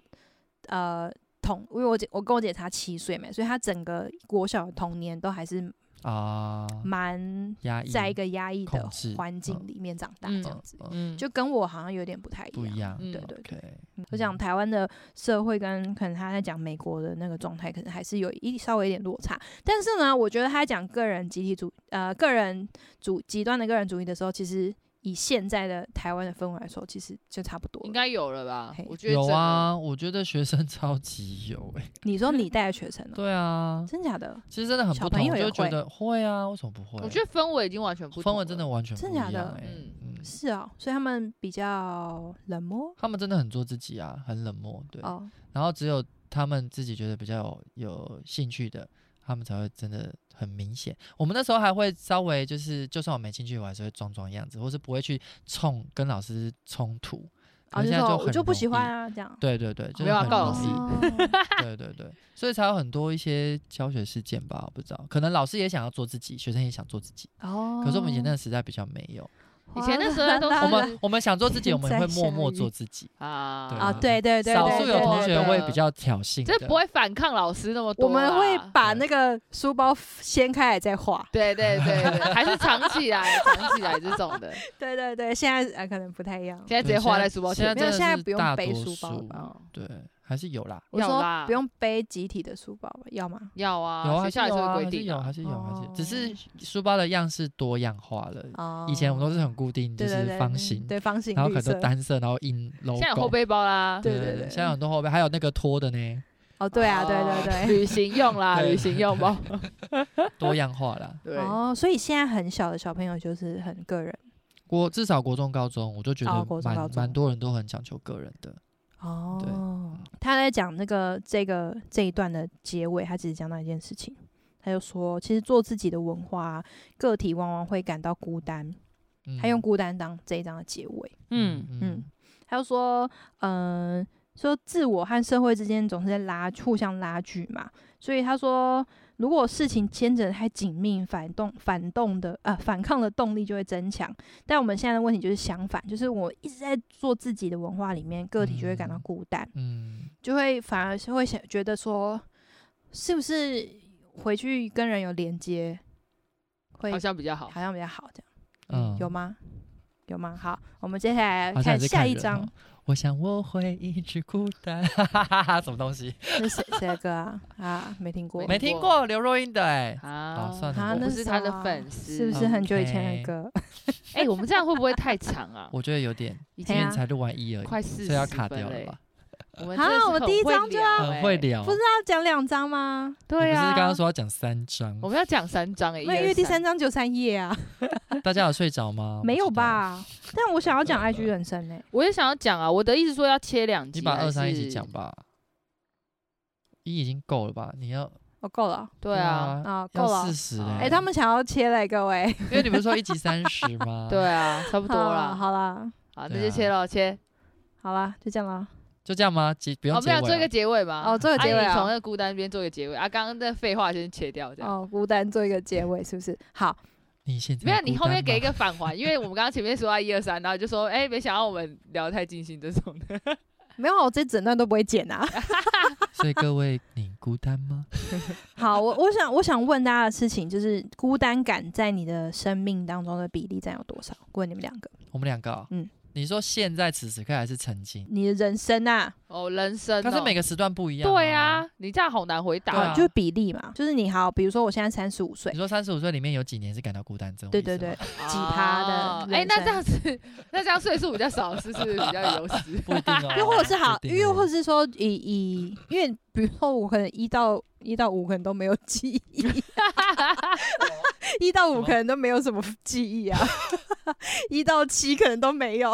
Speaker 2: 呃，同因为我姐我跟我姐差七岁嘛，所以她整个国小的童年都还是
Speaker 1: 啊，
Speaker 2: 蛮
Speaker 1: 压抑
Speaker 2: 在一个压抑的
Speaker 1: 控制
Speaker 2: 环境
Speaker 1: 嗯
Speaker 2: 里面长大，
Speaker 3: 嗯
Speaker 2: 这样子，
Speaker 1: 嗯
Speaker 3: 嗯
Speaker 2: 就跟我好像有点不太
Speaker 1: 不一样，
Speaker 3: 嗯
Speaker 2: 对对对。
Speaker 1: OK，
Speaker 2: 我讲台湾的社会跟可能他在讲美国的那个状态，可能还是有一稍微有点落差。但是呢，我觉得他在讲个人集体主呃个人主极端的个人主义的时候，其实以现在的台湾的氛围来说，其实就差不多了。
Speaker 3: 应该有了吧
Speaker 2: 嘿？
Speaker 3: 我觉得
Speaker 1: 有
Speaker 3: 整个，
Speaker 2: 哦
Speaker 1: 啊，我觉得学生 超级有哎、
Speaker 2: 你说你带的学生哦、
Speaker 1: 对啊，
Speaker 2: 真假的？
Speaker 1: 其实真的很
Speaker 2: 小
Speaker 1: 不
Speaker 2: 朋
Speaker 1: 同，
Speaker 2: 友
Speaker 1: 我
Speaker 2: 也
Speaker 1: 就觉
Speaker 2: 会
Speaker 1: 得会啊，为什么不会？
Speaker 3: 我觉得氛围已经完全不同
Speaker 1: 氛围真的
Speaker 3: 了，
Speaker 1: 完全不
Speaker 2: 真
Speaker 1: 一
Speaker 2: 假
Speaker 1: 样
Speaker 2: 的
Speaker 1: 哎、
Speaker 3: 嗯
Speaker 1: 嗯，
Speaker 2: 是哦，所以他们比较冷漠
Speaker 1: 他们真的很做自己啊，很冷漠，对，
Speaker 2: 哦。
Speaker 1: 然后只有他们自己觉得比较有有兴趣的。他们才会真的很明显。我们那时候还会稍微就是，就算我没兴趣，我还是会装装样子，或是不会去冲跟老师冲突。可
Speaker 2: 哦，
Speaker 1: 是
Speaker 2: 就
Speaker 1: 现在
Speaker 2: 说
Speaker 1: 就
Speaker 2: 我
Speaker 1: 很
Speaker 2: 就不
Speaker 1: 容
Speaker 2: 喜欢
Speaker 1: 易
Speaker 2: 啊，这样。
Speaker 1: 对对对，就是
Speaker 3: 没有要
Speaker 1: 很
Speaker 3: 告
Speaker 1: 容
Speaker 3: 老师
Speaker 1: 易
Speaker 2: 哦
Speaker 1: 对对对，所以才有很多一些教学事件吧，我不知道，可能老师也想要做自己，学生也想做自己，
Speaker 2: 哦，
Speaker 1: 可是我们以前那个时代比较没有，
Speaker 3: 以前那时候 都是
Speaker 1: 我们我们想做自己，我们
Speaker 2: 天
Speaker 1: 会
Speaker 2: 在
Speaker 1: 默默
Speaker 2: 下雨
Speaker 1: 做自己，
Speaker 3: 啊
Speaker 1: 对
Speaker 2: 啊，对对对，
Speaker 1: 少
Speaker 2: 对
Speaker 1: 数
Speaker 2: 对
Speaker 1: 有
Speaker 2: 对
Speaker 1: 同学
Speaker 2: 对
Speaker 1: 会比较挑衅的，
Speaker 3: 这不会反抗老师那么多
Speaker 2: 我
Speaker 3: 啦。
Speaker 2: 们会把
Speaker 1: 对
Speaker 2: 那个书包掀开来再画。
Speaker 3: 对对对对，还是藏起来，藏起来这种的。
Speaker 2: 对对对，现在呃可能不太一样。
Speaker 3: 现在
Speaker 1: 对
Speaker 3: 直接画
Speaker 1: 现
Speaker 3: 在书包
Speaker 1: 现在
Speaker 3: 前
Speaker 1: 真
Speaker 2: 没有
Speaker 1: 的
Speaker 2: 现在
Speaker 1: 是
Speaker 2: 不用
Speaker 1: 大
Speaker 2: 背
Speaker 1: 多
Speaker 2: 书包了
Speaker 1: 数
Speaker 2: 吧
Speaker 3: 哦
Speaker 1: 对，还是有啦，
Speaker 2: 我
Speaker 3: 要
Speaker 2: 说
Speaker 3: 啦
Speaker 2: 不用背集体的书包吧，要吗？
Speaker 3: 要
Speaker 1: 有
Speaker 3: 啊，
Speaker 1: 啊，
Speaker 3: 学校也
Speaker 1: 有
Speaker 3: 是
Speaker 1: 啊，
Speaker 3: 会
Speaker 1: 还
Speaker 3: 规
Speaker 1: 是
Speaker 3: 定
Speaker 1: 有，
Speaker 3: 啊。
Speaker 1: 还是有，还是有只
Speaker 2: 哦
Speaker 1: 是 书包的样式多样化了。
Speaker 2: 哦，
Speaker 1: 以前我们都是很固定，就
Speaker 2: 对对
Speaker 1: 是
Speaker 2: 对
Speaker 1: 方
Speaker 2: 嗯
Speaker 1: 形，
Speaker 2: 对方形，
Speaker 1: 然后
Speaker 2: 绿
Speaker 1: 很多
Speaker 2: 色
Speaker 1: 单色，然后 印 logo。
Speaker 3: 现在有后背包啦，
Speaker 2: 对对
Speaker 1: 对
Speaker 2: 对
Speaker 1: 现在很多后背，还有那个拖的呢，
Speaker 2: 哦，对啊，对
Speaker 3: 哦
Speaker 2: 对对。
Speaker 3: 旅行用啦，
Speaker 1: 对
Speaker 3: 旅行用包。
Speaker 1: 多样化啦。
Speaker 3: 对，
Speaker 2: 哦，所以现在很小的小朋友就是很个人
Speaker 1: 国至少国中、高中，我就觉
Speaker 2: 哦
Speaker 1: 得
Speaker 2: 国中
Speaker 1: 蛮
Speaker 2: 高中
Speaker 1: 蛮、多人都很讲求个人的。
Speaker 2: 哦。他在讲那个这个这一段的结尾，他只是讲到一件事情，他就说，其实做自己的文化啊，个体往往会感到孤单。
Speaker 1: 嗯
Speaker 2: 他用孤单当这一章的结尾。
Speaker 3: 嗯，
Speaker 2: 嗯，他就说，嗯、说自我和社会之间总是在拉互相拉锯嘛，所以他说，如果事情牵扯太紧密，反动反动的呃反抗的动力就会增强。但我们现在的问题就是相反，就是我一直在做自己的文化里面，个体就会感到
Speaker 1: 嗯
Speaker 2: 孤单，
Speaker 1: 嗯
Speaker 2: 就会反而是会想觉得说，是不是回去跟人有连接，会
Speaker 3: 好像比较好。
Speaker 2: 好像比较好这样。
Speaker 1: 嗯，
Speaker 2: 有吗？有吗？好，我们接下来
Speaker 1: 好像还是
Speaker 2: 下
Speaker 1: 看
Speaker 2: 一
Speaker 1: 人
Speaker 2: 章
Speaker 1: 哦，我想我会一直孤单， 哈哈哈哈什么东西？
Speaker 2: 是谁谁的歌啊？啊，没听过
Speaker 1: 没
Speaker 3: 没
Speaker 1: 听
Speaker 3: 听
Speaker 1: 过刘若英的哎，
Speaker 3: 啊
Speaker 1: 算了
Speaker 2: 啊，
Speaker 1: 我
Speaker 2: 那
Speaker 3: 不是他的
Speaker 2: 啥
Speaker 3: 粉
Speaker 2: 是不
Speaker 3: 丝
Speaker 2: 是很久以
Speaker 1: OK
Speaker 2: 前的歌？
Speaker 3: 哎、我们这样会不会太长 啊？
Speaker 1: 我觉得有点，
Speaker 3: 已
Speaker 1: 今
Speaker 3: 经
Speaker 2: 嘿
Speaker 1: 天
Speaker 2: 啊
Speaker 1: 才录完一而已，
Speaker 3: 哎快四
Speaker 1: 所以要
Speaker 3: 十
Speaker 1: 卡
Speaker 3: 分
Speaker 1: 掉
Speaker 3: 了
Speaker 1: 了
Speaker 3: 欸
Speaker 1: 吧？
Speaker 3: 我们
Speaker 2: 啊
Speaker 3: 真的是
Speaker 2: 我
Speaker 3: 很
Speaker 2: 第一
Speaker 3: 会
Speaker 2: 章就要
Speaker 3: 聊
Speaker 1: 很
Speaker 3: 欸
Speaker 1: 会聊，
Speaker 2: 不是要讲两章吗？
Speaker 1: 你
Speaker 3: 对
Speaker 1: 不
Speaker 3: 啊，
Speaker 1: 是刚刚说要讲三章
Speaker 3: 我，们要讲三章哎、欸，
Speaker 2: 没有，因为第三章只有三页啊，
Speaker 1: 大家有睡着吗？
Speaker 2: 没有
Speaker 1: 哦不知道？
Speaker 2: 吧？但我想要讲 IG 人生呢。
Speaker 3: 我也想要讲啊，我的意思说要切两集，
Speaker 1: 你把二三
Speaker 3: 还
Speaker 1: 一
Speaker 3: 是
Speaker 1: 起讲。吧，一已经够了吧？你要
Speaker 2: 哦，够了
Speaker 3: 对啊，哦
Speaker 2: 啊，够
Speaker 1: 呃要
Speaker 2: 了
Speaker 1: 四。十嘞。
Speaker 2: 哎，他们想要切嘞，各位。
Speaker 1: 因为你不是说一集三十吗？
Speaker 3: 对，啊，差不多
Speaker 2: 好啦
Speaker 3: 啦。
Speaker 2: 好啦，
Speaker 3: 好，
Speaker 1: 对
Speaker 3: 那就
Speaker 1: 啊
Speaker 3: 切了，切。
Speaker 2: 好啦，就这样啦。
Speaker 1: 就这样吗？结不
Speaker 3: 我
Speaker 1: 用
Speaker 3: 们
Speaker 1: 结尾
Speaker 3: 俩
Speaker 1: 了。
Speaker 3: 做一个结尾吧。
Speaker 2: 哦，做个
Speaker 3: 啊
Speaker 2: 结尾
Speaker 3: 你从
Speaker 2: 啊。
Speaker 3: 那孤单边做一个结尾啊，刚刚那废话先切掉，这样。
Speaker 2: 哦，孤单做一个结尾是不是？好，
Speaker 1: 你现在
Speaker 3: 没有，你
Speaker 1: 孤
Speaker 3: 后面
Speaker 1: 单
Speaker 3: 给一
Speaker 1: 吗
Speaker 3: 个返还，因为我们刚刚前面说到一二三，然后就说，哎、没想到我们聊得太尽兴这种的。
Speaker 2: 没有，我这整段都不会剪啊。
Speaker 1: 所以各位，你孤单吗？
Speaker 2: 好，我我想我想问大家的事情就是，孤单感在你的生命当中的比例占有多少？问你们两个，
Speaker 1: 我们两个、哦，
Speaker 2: 嗯，
Speaker 1: 你说现在此时刻还是曾经？
Speaker 2: 你的人生啊，
Speaker 3: 哦，人生、哦。
Speaker 1: 可是每个时段不一样、哦
Speaker 3: 对，啊，你这样好难回答、哦
Speaker 1: 对啊
Speaker 2: 就是比例嘛，就是你好，比如说我现在三十五岁
Speaker 1: 你，说三十五岁里面有几年是感到孤单症？
Speaker 2: 对 对对，，几趴的
Speaker 3: 哦哎、
Speaker 2: 人
Speaker 3: 那
Speaker 2: 生
Speaker 3: 这样子，那这样岁数比较少，是不是比较有时？
Speaker 1: 不一定哦。
Speaker 2: 又或者是好，
Speaker 1: 不一定
Speaker 2: 又
Speaker 1: 哦
Speaker 2: 或者是说以以，因为比如说我可能一到一到五可能都没有记忆， 一到
Speaker 1: 什
Speaker 2: 五
Speaker 1: 么
Speaker 2: 可能都没有什么记忆啊， 一到七可能都没有，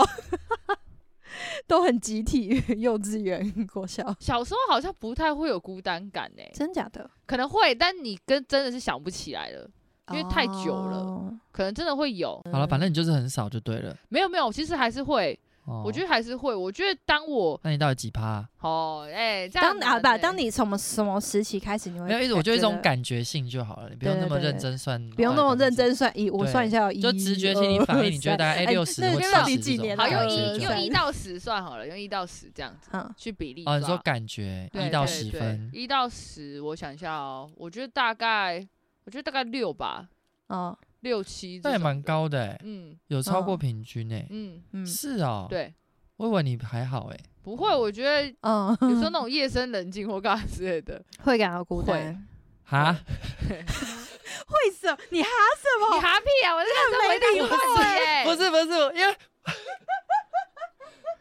Speaker 2: 都很集体，幼稚园、国小，
Speaker 3: 小时候好像不太会有孤单感诶、
Speaker 2: 真假的？
Speaker 3: 可能会，但你跟真的是想不起来了，因为太久了
Speaker 2: 哦
Speaker 3: 可能真的会有。
Speaker 2: 嗯
Speaker 1: 好了，反正你就是很少就对了。
Speaker 3: 没有没有，其实还是会，
Speaker 1: 哦、
Speaker 3: 我觉，得还是会。我觉得当我
Speaker 1: 那你到底几趴啊、
Speaker 3: 哦哎、这样
Speaker 2: 当啊
Speaker 3: 难
Speaker 2: 不，
Speaker 3: 欸
Speaker 2: 当你什么什么时期开始，你会
Speaker 1: 没有一直，我就
Speaker 2: 觉
Speaker 1: 一种
Speaker 2: 得，
Speaker 1: 感觉性就好了，你不用
Speaker 2: 对
Speaker 1: 那
Speaker 2: 对
Speaker 1: 么
Speaker 2: 对
Speaker 1: 认真算，
Speaker 2: 不用那么认，真算，一我
Speaker 1: 对
Speaker 2: 算一下哦，
Speaker 1: 就
Speaker 2: 一
Speaker 1: 直觉心理反应，你觉得？大概
Speaker 2: 二三
Speaker 1: A
Speaker 2: 哎
Speaker 1: 六十
Speaker 2: 那
Speaker 1: 或
Speaker 2: 那
Speaker 1: 七
Speaker 3: 到
Speaker 1: 十
Speaker 2: 底几年
Speaker 3: 好
Speaker 2: 了
Speaker 3: 用
Speaker 2: 感
Speaker 3: 一
Speaker 2: 觉
Speaker 3: 用
Speaker 2: 上
Speaker 3: 一到十算好了，用一到十这样子
Speaker 2: 嗯，
Speaker 3: 去比例抓。
Speaker 1: 哦，你说感觉
Speaker 3: 对
Speaker 1: 一到
Speaker 3: 对
Speaker 1: 十
Speaker 3: 对
Speaker 1: 分，
Speaker 3: 一到十，我想一下哦，我觉得大概，我觉得大概六吧，
Speaker 2: 哦，
Speaker 3: 六七这
Speaker 1: 那也
Speaker 3: 种
Speaker 1: 蛮
Speaker 3: 的。
Speaker 1: 高的、欸，
Speaker 3: 嗯
Speaker 1: 有超过
Speaker 2: 嗯
Speaker 1: 平均诶、
Speaker 3: 嗯，
Speaker 2: 嗯
Speaker 1: 是哦，，
Speaker 3: 对，
Speaker 1: 我以为你还好欸诶、
Speaker 3: 不会，我觉得
Speaker 2: 嗯，
Speaker 3: 有时候那种夜深人静或干嘛之类的，
Speaker 2: 会感到孤
Speaker 3: 会
Speaker 2: 单。
Speaker 1: 哈，
Speaker 2: 为什么？哦 你哈什
Speaker 3: 你哈屁啊！我在认真回答你
Speaker 2: 没礼
Speaker 3: 问题耶，
Speaker 1: 不是不是，因为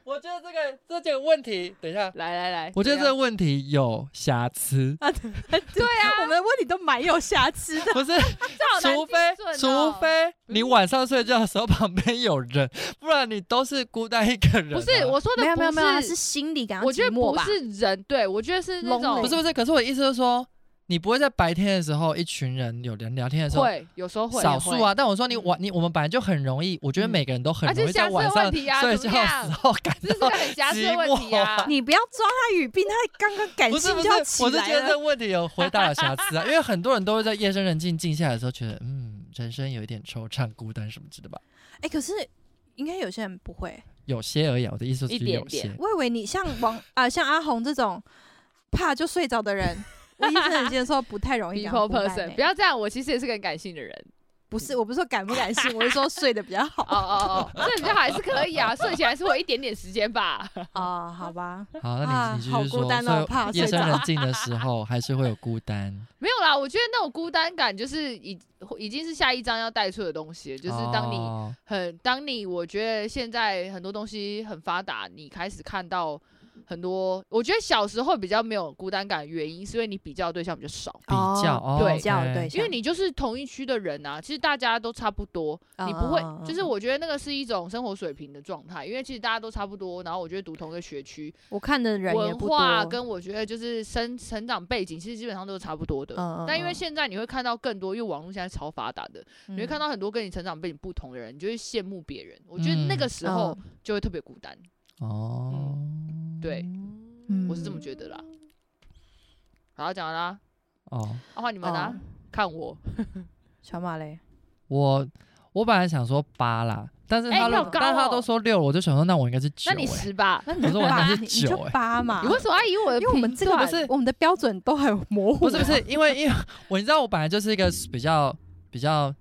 Speaker 1: 我觉得这个这几个问题，等一下，
Speaker 3: 来来来，
Speaker 1: 我觉得这
Speaker 3: 怎
Speaker 1: 个
Speaker 3: 么
Speaker 1: 问题有瑕 疵，
Speaker 2: 对啊，我们的问题都蛮有瑕疵的。
Speaker 1: 不是，
Speaker 3: 样这好
Speaker 1: 除非
Speaker 3: 难精准哦
Speaker 1: 除非你晚上睡觉的时候旁边有人，不然你都是孤单一个人啊、
Speaker 3: 不是我说的
Speaker 2: 没有没有
Speaker 3: 不
Speaker 2: 没有，他
Speaker 3: 是
Speaker 2: 是心理感到
Speaker 3: 我觉
Speaker 2: 寂
Speaker 3: 得
Speaker 2: 寞
Speaker 3: 不
Speaker 2: 吧？
Speaker 3: 是人，对我觉得是那
Speaker 2: Lonely
Speaker 3: 种
Speaker 1: 不是不是，可是我的意思就是说，你不会在白天的时候一群人有人聊天的时候。
Speaker 3: 会有时候会
Speaker 1: 少数，啊，但我说你
Speaker 3: 嗯
Speaker 1: 晚你我们本来就很容易，我觉得
Speaker 2: 嗯
Speaker 1: 每个人都很
Speaker 3: 啊
Speaker 1: 容易在
Speaker 3: 就瑕疵的
Speaker 1: 晚上
Speaker 3: 问题啊
Speaker 1: 睡觉
Speaker 3: 怎么
Speaker 1: 的
Speaker 3: 样
Speaker 1: 时候感
Speaker 3: 也会这是
Speaker 1: 到
Speaker 3: 个很瑕疵的问题
Speaker 1: 寂
Speaker 3: 啊。
Speaker 2: 你不要抓他语病，他刚刚感
Speaker 1: 不是
Speaker 2: 性
Speaker 1: 不
Speaker 2: 就是要，起
Speaker 1: 我是觉
Speaker 2: 来
Speaker 1: 得这
Speaker 2: 了
Speaker 1: 个。问题有回答有瑕疵 啊，因为很多人都会在夜深人静静下来的时候，觉得嗯，人生有一点惆怅、孤单什么之类的吧。
Speaker 2: 哎，可是应该有些人不会，
Speaker 1: 有些而已啊，我的意思是
Speaker 3: 一点
Speaker 1: 有些。
Speaker 3: 点
Speaker 2: 我以为你像王啊，像阿红这种怕就睡着的 人，我一生人间的时候不太容易感到
Speaker 3: People
Speaker 2: 孤单欸
Speaker 3: person，不。要这样，我其实也是个很感性的人。
Speaker 2: 不
Speaker 3: 嗯
Speaker 2: 是，我不是说感不感性， 我是说睡得比较好
Speaker 3: 哦哦哦，睡比较好还是可以啊，睡起来是会有一点点时间吧。哦
Speaker 2: 啊，好吧。
Speaker 1: 好，那你、
Speaker 2: 啊
Speaker 1: 你继
Speaker 2: 好
Speaker 1: 续
Speaker 2: 孤
Speaker 1: 说，
Speaker 2: 单哦怕
Speaker 1: 所以夜
Speaker 2: 睡
Speaker 1: 深
Speaker 2: 着
Speaker 1: 人静的时候还是会有孤 单，
Speaker 3: 没有啦，我觉得那种孤单感就是已已经是下一章要带出的东西了，就是当你
Speaker 1: 哦
Speaker 3: 很当你我觉得现在很多东西很发达，你开始看到很多，我觉得小时候比较没有孤单感，的原因是因为你比较的对象比较少。
Speaker 1: 比较哦
Speaker 2: 哦
Speaker 3: 对
Speaker 2: 比较
Speaker 1: OK
Speaker 2: 对，
Speaker 3: 因为你就是同一区的人啊，其实大家都差不多，你不
Speaker 2: 哦
Speaker 3: 会，就是我觉得那个是一种生活水平的状态，因为其实大家都差不多，然后我觉得读同一个学区，
Speaker 2: 我看的人也
Speaker 3: 文
Speaker 2: 不
Speaker 3: 化
Speaker 2: 多，
Speaker 3: 跟我觉得就是生成长背景，其实基本上都是差不多的。
Speaker 2: 嗯，
Speaker 3: 但因为现在你会看到更多，因为网络现在超发达的，你会看
Speaker 2: 嗯
Speaker 3: 到很多跟你成长背景不同的人，你就会羡慕别人。我觉得那
Speaker 1: 嗯
Speaker 3: 个时候就会特别孤单，
Speaker 1: 哦，
Speaker 3: 对
Speaker 2: 嗯
Speaker 3: 我是这么觉得啦。好，讲完啦，
Speaker 1: 哦，
Speaker 3: 阿华，你们呢、
Speaker 2: 哦
Speaker 3: 看我，
Speaker 2: 小马嘞，
Speaker 1: 我我本来想说八啦，但是
Speaker 3: 哎
Speaker 1: 他
Speaker 3: 你
Speaker 1: 都、
Speaker 3: 好高
Speaker 1: 但是他都
Speaker 3: 哦
Speaker 1: 说六了，我就想说那我应该是九、
Speaker 3: 那
Speaker 1: 欸。
Speaker 3: 你十吧？
Speaker 2: 那你
Speaker 1: 可是我
Speaker 2: 八
Speaker 1: 拿的是
Speaker 2: 你你就
Speaker 1: 九欸
Speaker 2: 八嘛，
Speaker 3: 你为什么要以我的
Speaker 2: 因为我们这个
Speaker 3: 评
Speaker 2: 不
Speaker 3: 断
Speaker 2: 是我们的标准都很模糊，
Speaker 1: 不
Speaker 3: 啊
Speaker 1: 是不是，因为 因为我你知道我本来就是一个比较比较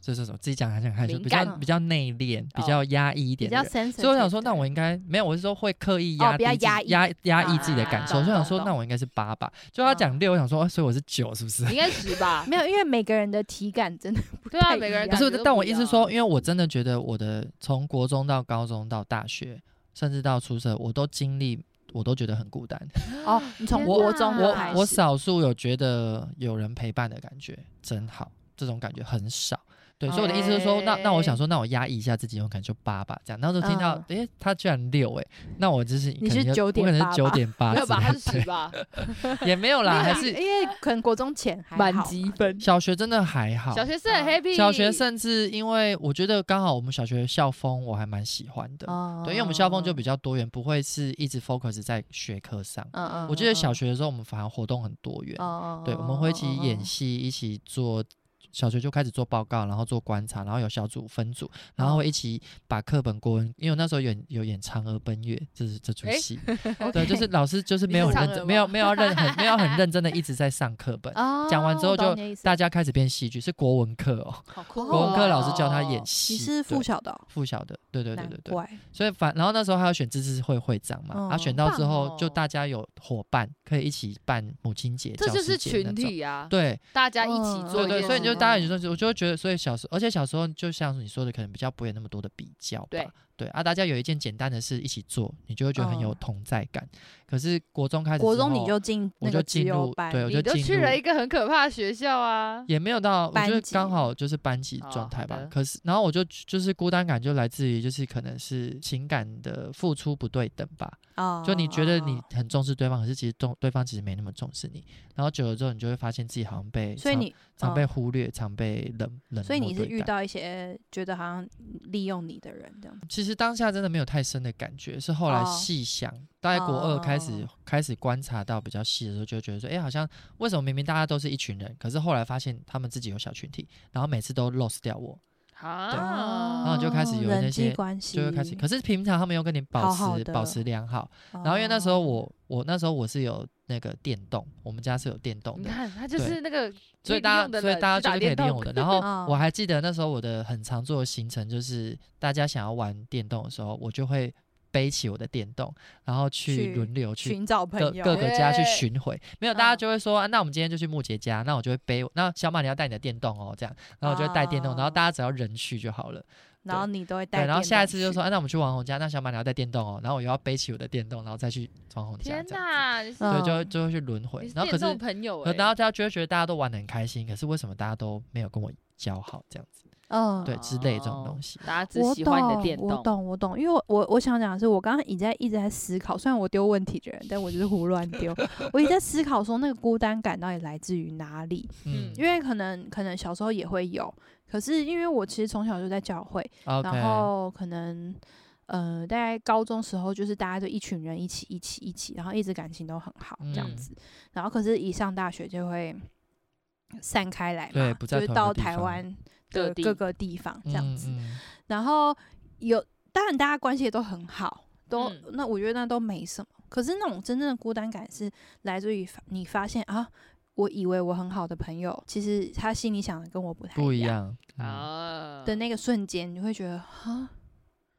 Speaker 1: 就是什么自己讲还是很害羞，
Speaker 3: 敏
Speaker 1: 比较
Speaker 2: 感
Speaker 1: 比较内敛，比
Speaker 3: 哦
Speaker 1: 较压抑一
Speaker 2: 比
Speaker 1: 点的
Speaker 2: 较
Speaker 1: 人。
Speaker 2: sensitive 的。
Speaker 1: 所以我想说，那我应该没有，我是说会刻意
Speaker 2: 哦
Speaker 1: 压
Speaker 2: 比
Speaker 1: 低
Speaker 2: 较
Speaker 1: 自己、
Speaker 2: 压抑
Speaker 1: 压压抑自己的感受。
Speaker 3: 啊
Speaker 1: 所以我想说，
Speaker 3: 懂
Speaker 1: 那我应该是八吧。就他讲六，我想说，哦所以我是九，是不 是？
Speaker 3: 你应该十吧？
Speaker 2: 没有，因为每个人的体感真的不
Speaker 3: 对啊
Speaker 2: 太
Speaker 3: 每
Speaker 2: 一
Speaker 3: 个人
Speaker 2: 样
Speaker 1: 不
Speaker 3: 感觉
Speaker 1: 是
Speaker 3: 都，
Speaker 1: 但
Speaker 3: 不
Speaker 1: 我
Speaker 3: 一
Speaker 1: 意
Speaker 3: 样
Speaker 1: 思说，因为我真的觉得我的从国中到高中到大学，甚至到出社，我都经历，我都觉得很孤单。
Speaker 2: 哦，你从
Speaker 3: 天
Speaker 2: 国
Speaker 3: 哪
Speaker 2: 中
Speaker 3: 我
Speaker 2: 开
Speaker 1: 我
Speaker 2: 始
Speaker 1: 少数有觉得有人陪伴的感觉，真好，这种感觉很少。对，所以我的意思是说，那那我想说，那我压抑一下自己，我可能就八吧，这样。然后就听到，诶，他居然六，诶，那我就是
Speaker 2: 你
Speaker 1: 可
Speaker 2: 是
Speaker 1: 能就我可能
Speaker 2: 9.8
Speaker 1: 是九点八，
Speaker 3: 没有吧？他是
Speaker 1: 对
Speaker 3: 十吧？
Speaker 1: 也没有
Speaker 3: 啊
Speaker 1: 啦，
Speaker 2: 没有
Speaker 1: 还
Speaker 2: 因
Speaker 1: 是
Speaker 2: 为因为可能国中前 还好嘛
Speaker 3: 分。
Speaker 1: 小学真的还好。
Speaker 3: 小学生很
Speaker 2: 啊
Speaker 3: happy，
Speaker 1: 小学甚至因为我觉得刚好我们小学校风我还蛮喜欢的，
Speaker 2: 哦，
Speaker 1: 对，因为我们校风就比较多元，不会是一直 focus 在学科上。
Speaker 2: 嗯嗯，
Speaker 1: 我记得小学的时候我们反而活动很多元，
Speaker 2: 哦，
Speaker 1: 对，我们会一起演
Speaker 2: 戏，
Speaker 1: 戏，一起做。小学就开始做报告，然后做观察，然后有小组分组，然
Speaker 3: 哦
Speaker 1: 后会一起把课本国文，因为我那时候有有演《嫦娥奔月》，这是这出
Speaker 3: 诶
Speaker 1: 戏，
Speaker 2: OK
Speaker 1: 对，就是老师就是
Speaker 3: 你
Speaker 1: 没有
Speaker 3: 是
Speaker 1: 很
Speaker 3: 嫦
Speaker 1: 认
Speaker 3: 娥
Speaker 1: 真，没有
Speaker 3: 吗
Speaker 1: 没有要认很没有很认真的一直在上课本，讲完之后
Speaker 2: 哦我懂
Speaker 1: 就
Speaker 2: 你的意思
Speaker 1: 大家开始变戏剧，是国文课哦，
Speaker 3: 好酷哦！哦
Speaker 1: 国文课老师教他演戏。
Speaker 2: 你是
Speaker 1: 对
Speaker 2: 附小的哦，
Speaker 1: 附小的，对对对
Speaker 2: 难
Speaker 1: 对对。
Speaker 2: 怪
Speaker 1: 所以反，然后那时候还要选自治会会长嘛，
Speaker 2: 嗯
Speaker 1: 啊，选到之
Speaker 3: 棒
Speaker 1: 后
Speaker 3: 哦
Speaker 1: 就大家有伙伴可以一起办母亲节、
Speaker 3: 这
Speaker 1: 教
Speaker 3: 就
Speaker 1: 师
Speaker 3: 是
Speaker 1: 节
Speaker 3: 群
Speaker 1: 那种。
Speaker 3: 体啊，
Speaker 1: 对
Speaker 3: 大家一起
Speaker 2: 嗯
Speaker 3: 做
Speaker 1: 对对，
Speaker 3: 一件事情。
Speaker 1: 所以你就大家
Speaker 2: 一
Speaker 1: 也就是，我就会觉得，所以小时候，而且小时候就像你说的，可能比较不会有那么多的比较吧。
Speaker 3: 对
Speaker 1: 啊，大家有一件简单的事一起做，你就会觉得很有
Speaker 2: 嗯
Speaker 1: 同在感。可是国中开始之后，
Speaker 2: 国中你就进
Speaker 1: 我
Speaker 2: 那
Speaker 1: 就
Speaker 2: 个资
Speaker 1: 进
Speaker 2: 优
Speaker 1: 入，
Speaker 2: 班，
Speaker 1: 对，我
Speaker 3: 你
Speaker 1: 就
Speaker 3: 都
Speaker 1: 进
Speaker 3: 去
Speaker 1: 入
Speaker 3: 了一个很可怕的学校啊！
Speaker 1: 也没有到，我觉
Speaker 2: 班
Speaker 1: 得
Speaker 2: 级
Speaker 1: 刚好就是班级
Speaker 3: 哦
Speaker 1: 状态
Speaker 3: 好
Speaker 1: 吧
Speaker 3: 的。
Speaker 1: 可是，然后我就就是孤单感就来自于就是可能是情感的付出不对等吧。
Speaker 2: 哦，
Speaker 1: 就你觉得你
Speaker 2: 哦，
Speaker 1: 很重视对方，可是其实重对方其实没那么重视你。然后久了之后，你就会发现自己好像被
Speaker 2: 哦所以
Speaker 1: 常
Speaker 2: 你
Speaker 1: 常
Speaker 2: 哦
Speaker 1: 被忽略，常被冷冷
Speaker 2: 所以
Speaker 1: 漠
Speaker 2: 你是
Speaker 1: 对
Speaker 2: 遇
Speaker 1: 待
Speaker 2: 到一些觉得好像利用你的人这样，
Speaker 1: 其实当下真的没有太深的感觉，是后来
Speaker 2: 哦
Speaker 1: 细想，大概国二开始、
Speaker 2: 哦
Speaker 1: 开始观察到比较细的时候，就会觉得说，哎、好像为什么明明大家都是一群人，可是后来发现他们自己有小群体，然后每次都 lost 掉我，
Speaker 3: 啊，
Speaker 1: 然后就开始有那
Speaker 2: 人际
Speaker 1: 些
Speaker 2: 关系，
Speaker 1: 就会开始。可是平常他们又跟你保
Speaker 2: 好
Speaker 1: 持
Speaker 2: 好的
Speaker 1: 保持良好，然后因为那时候
Speaker 2: 哦
Speaker 1: 我我那时候我是有那个电动，我们家是有电动
Speaker 3: 你
Speaker 1: 的，
Speaker 3: 看他就是那个
Speaker 1: 所以
Speaker 3: 利用
Speaker 1: 大
Speaker 3: 的
Speaker 1: 家所以
Speaker 3: 人
Speaker 1: 大
Speaker 3: 去打
Speaker 1: 家就是可以
Speaker 3: 电
Speaker 1: 利用
Speaker 3: 动
Speaker 1: 我的。然后
Speaker 2: 哦
Speaker 1: 我还记得那时候我的很常做的行程就是，大家想要玩电动的时候，我就会背起我的电动，然后去
Speaker 2: 去
Speaker 1: 轮流去。
Speaker 2: 寻找
Speaker 1: 各
Speaker 2: 朋友，
Speaker 1: 各个家去
Speaker 3: 对
Speaker 1: 巡回，没有大家
Speaker 2: 嗯
Speaker 1: 就会说、啊，那我们今天就去木杰家，那我就会背，那小马你要带你的电动哦，这样，然后我就会带电动，然后
Speaker 2: 哦
Speaker 1: 大家只要人去就好了。
Speaker 2: 然后你都会带
Speaker 1: 对，
Speaker 2: 电动去，
Speaker 1: 然后下一次就说，啊、那我们去王红家，那小马你要带电动哦，然后我又要背起我的电动，然后再去王红家，
Speaker 3: 天
Speaker 1: 这样
Speaker 3: 哪，你是
Speaker 1: 子，所以就
Speaker 2: 嗯
Speaker 1: 就会去轮回
Speaker 3: 你。是
Speaker 1: 然后可
Speaker 3: 电
Speaker 1: 是
Speaker 3: 动朋友
Speaker 1: 可
Speaker 2: 欸
Speaker 3: 哎，
Speaker 1: 然后大家就会觉得大家都玩的很开心，可是为什么大家都没有跟我交好这样子？
Speaker 2: 嗯，
Speaker 1: 对，之类这种
Speaker 3: 哦
Speaker 1: 东西。
Speaker 3: 大家只
Speaker 2: 我
Speaker 3: 喜欢你的
Speaker 2: 懂，
Speaker 3: 电
Speaker 2: 我懂，我懂，因为我我我想讲的是，我刚刚一直在一直在思考，虽然我丢问题的人，但我就是胡乱 丢，我一直在思考说那个孤单感到底来自于哪里，
Speaker 1: 嗯
Speaker 3: 嗯，
Speaker 2: 因为可能可能小时候也会有，可是因为我其实从小就在教会，然
Speaker 1: OK，
Speaker 2: 后可能。呃，大概高中时候就是大家就一群人一起一起一起，然后一直感情都很好这样
Speaker 1: 嗯
Speaker 2: 子，然后可是，一上大学就会散开来嘛，
Speaker 1: 对不在
Speaker 2: 就是
Speaker 1: 同一个
Speaker 2: 到
Speaker 1: 地
Speaker 2: 台
Speaker 1: 方
Speaker 2: 湾
Speaker 3: 各
Speaker 2: 的
Speaker 3: 地
Speaker 2: 各个地方这样子，
Speaker 1: 嗯嗯
Speaker 2: 然后有，当然大家关系也都很好，都、
Speaker 3: 嗯
Speaker 2: 那我觉得那都没什么。可是那种真正的孤单感是来自于发你发现啊，我以为我很好的朋友，其实他心里想的跟我不太
Speaker 1: 不一
Speaker 2: 一
Speaker 1: 样。嗯
Speaker 3: 啊
Speaker 2: 的那个瞬间，你会觉得啊，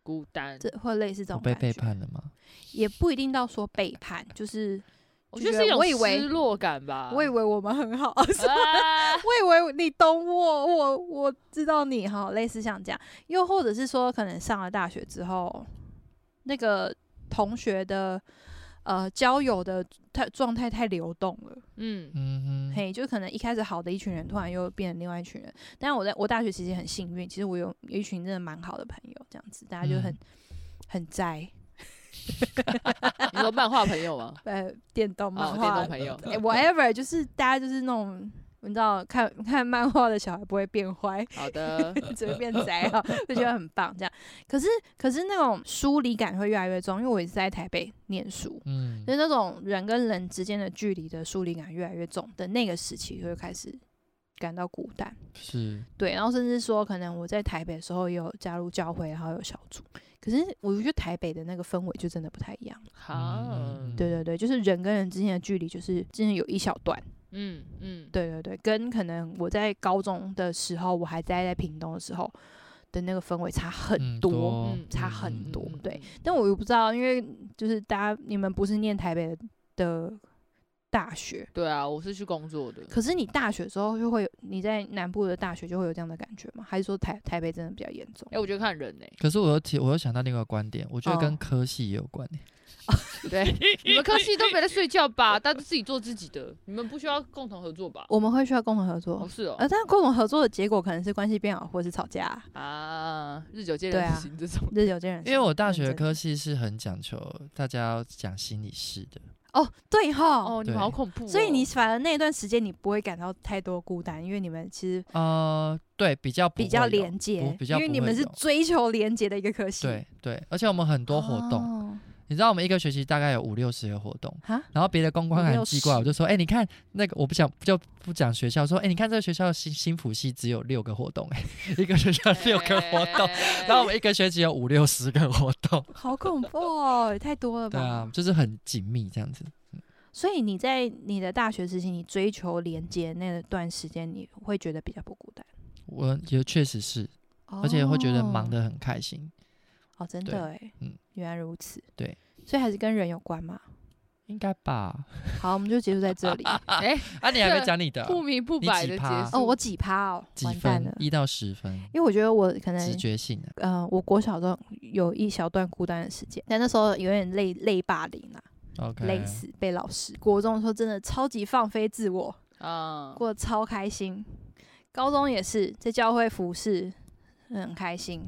Speaker 3: 孤单。
Speaker 2: 这会类似这
Speaker 1: 我
Speaker 2: 种
Speaker 1: 被
Speaker 2: 感觉，
Speaker 1: 背叛了吗？
Speaker 2: 也不一定到说背叛，就是
Speaker 3: 我
Speaker 2: 就
Speaker 3: 觉得
Speaker 2: 觉
Speaker 3: 是一
Speaker 2: 得
Speaker 3: 种
Speaker 2: 我以为
Speaker 3: 失落感吧。
Speaker 2: 我以为我们很好，
Speaker 3: 啊
Speaker 2: 我以为你懂我，我我知道你哈，类似像这样，又或者是说，可能上了大学之后，那个同学的呃交友的太状态太流动了，
Speaker 3: 嗯，
Speaker 1: 嗯哼，
Speaker 2: 嘿，就可能一开始好的一群人，突然又变成另外一群人。但我在我大学其实很幸运，其实我有有一群真的蛮好的朋友，这样子，大家就很、
Speaker 1: 嗯
Speaker 2: 很宅，
Speaker 3: 你说漫画朋友吗？
Speaker 2: 呃，电动漫
Speaker 3: 哦，电
Speaker 2: 画、
Speaker 3: 动朋友，
Speaker 2: 哎 whatever，就是大家就是那种你知道看看漫画的小孩不会变坏，
Speaker 3: 好的，
Speaker 2: 只会变宅啊，就觉得很棒这样。可是可是那种疏离感会越来越重，因为我一直在台北念书，
Speaker 1: 嗯
Speaker 2: 就是那种人跟人之间的距离的疏离感越来越重的那个时期，就会开始感到孤单。
Speaker 1: 是
Speaker 2: 对，然后甚至说，可能我在台北的时候也有加入教会，然后有小组。可是我觉得台北的那个氛围就真的不太一样。
Speaker 3: 好，
Speaker 1: 嗯嗯
Speaker 2: 对对对，就是人跟人之间的距离，就是真的有一小段。
Speaker 3: 嗯嗯，
Speaker 2: 对对对，跟可能我在高中的时候，我还待在屏东的时候的那个氛围差很
Speaker 1: 嗯
Speaker 2: 多，
Speaker 3: 嗯
Speaker 2: 差
Speaker 1: 嗯
Speaker 2: 很多
Speaker 3: 嗯
Speaker 2: 对，但我又不知道，因为就是大家你们不是念台北的大学，
Speaker 3: 对啊，我是去工作的，
Speaker 2: 可是你大学的时候就会有你在南部的大学就会有这样的感觉吗？还是说台台北真的比较严重？
Speaker 3: 哎，我觉得看人呢，
Speaker 1: 可是我又提，我又想到另外一个观点，我觉得
Speaker 2: 哦
Speaker 1: 跟科系也有关、欸
Speaker 3: 对，你们科系都没在睡觉吧？大家都自己做自己的，你们不需要共同合作吧？
Speaker 2: 我们会需要共同合作
Speaker 3: 哦，，是哦，
Speaker 2: 呃，但共同合作的结果可能是关系变好，或是吵架，
Speaker 3: 啊，日久见
Speaker 2: 呃对
Speaker 3: 人
Speaker 2: 啊
Speaker 3: 心这种，
Speaker 2: 日久见人心。
Speaker 1: 因为我大学的
Speaker 2: 认真
Speaker 1: 科系是很讲求大家要讲心理事的，
Speaker 2: 哦，对哈，
Speaker 3: 哦，你们
Speaker 1: 对
Speaker 3: 好恐怖哦，
Speaker 2: 所以 你反而那段时间你不会感到太多孤单，因为你们其实
Speaker 1: 呃，对，比较不
Speaker 2: 比
Speaker 1: 会
Speaker 2: 较
Speaker 1: 有
Speaker 2: 连结
Speaker 1: 不，比较
Speaker 2: 因为
Speaker 1: 不
Speaker 2: 你
Speaker 1: 会
Speaker 2: 们是
Speaker 1: 有
Speaker 2: 追求连结的一个科系，
Speaker 1: 对对，而且我们很多活动，
Speaker 2: 哦
Speaker 1: 你知道我们一个学期大概有五六十个活动，
Speaker 2: 哈，
Speaker 1: 然后别的公关
Speaker 2: 五六
Speaker 1: 函寄过来，
Speaker 2: 十
Speaker 1: 我就说，哎、你看那个，我不讲就不讲学校，说，哎、你看这个学校新新辅系只有六个活动、哎， 一个学校六个活动，
Speaker 3: 哎
Speaker 1: 然后我们一个学期有五六十个活动，
Speaker 2: 好恐怖哦，也太多了
Speaker 1: 对
Speaker 2: 吧？
Speaker 1: 啊，就是很紧密这样子。
Speaker 2: 所以你在你的大学时期，你追求连接那段时间，你会觉得比较不孤单，
Speaker 1: 我也确实是，而且会觉得忙
Speaker 2: 哦
Speaker 1: 得很开心，
Speaker 2: 哦，真
Speaker 1: 对
Speaker 2: 的哎，
Speaker 1: 嗯
Speaker 2: 原来如此，
Speaker 1: 对，
Speaker 2: 所以还是跟人有关嘛。
Speaker 1: 应该吧？
Speaker 2: 好，我们就结束在这 里。
Speaker 3: 哎，
Speaker 1: 啊，你还没
Speaker 3: 这
Speaker 1: 讲你的啊
Speaker 3: 不明不
Speaker 1: 你
Speaker 3: 白
Speaker 1: 几
Speaker 3: 的结
Speaker 1: 趴
Speaker 3: 束
Speaker 2: 哦，我几趴哦，
Speaker 1: 几
Speaker 2: 完蛋
Speaker 1: 分
Speaker 2: 了，，
Speaker 1: 一到十分，
Speaker 2: 因为我觉得我可能
Speaker 1: 直觉性啊，
Speaker 2: 呃，我国小中有一小段孤单的时间，但那时候有点累累霸凌啦、
Speaker 1: OK，
Speaker 2: 累死被老师。国中的时候真的超级放飞自我，
Speaker 3: 啊，
Speaker 2: 过得超开心。高中也是在教会服侍，很开心。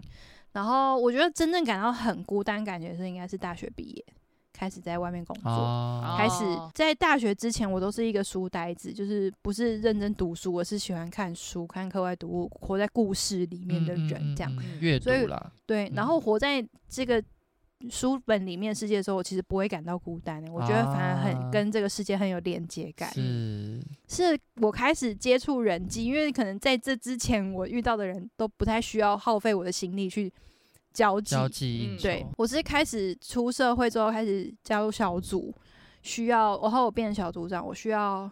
Speaker 2: 然后我觉得真正感到很孤单，感觉是应该是大学毕业，开始在外面工作。
Speaker 1: 哦，
Speaker 2: 开始
Speaker 3: 哦
Speaker 2: 在大学之前，我都是一个书呆子，就是不是认真读书，我是喜欢看书、看课外读物，活在故事里面的
Speaker 1: 嗯
Speaker 2: 人，这样、
Speaker 1: 嗯嗯嗯阅读
Speaker 2: 所以
Speaker 1: 啦，
Speaker 2: 对。然
Speaker 1: 嗯
Speaker 2: 后活在这个书本里面世界的时候，我其实不会感到孤单的、欸我觉得反而很、
Speaker 1: 啊
Speaker 2: 跟这个世界很有连接感。
Speaker 1: 是
Speaker 2: 是我开始接触人际，因为可能在这之前我遇到的人都不太需要耗费我的心力去交际。
Speaker 1: 交际
Speaker 3: 嗯
Speaker 1: 应酬，
Speaker 2: 对我是开始出社会之后开始加入小组，需要然后我变成小组长，我需要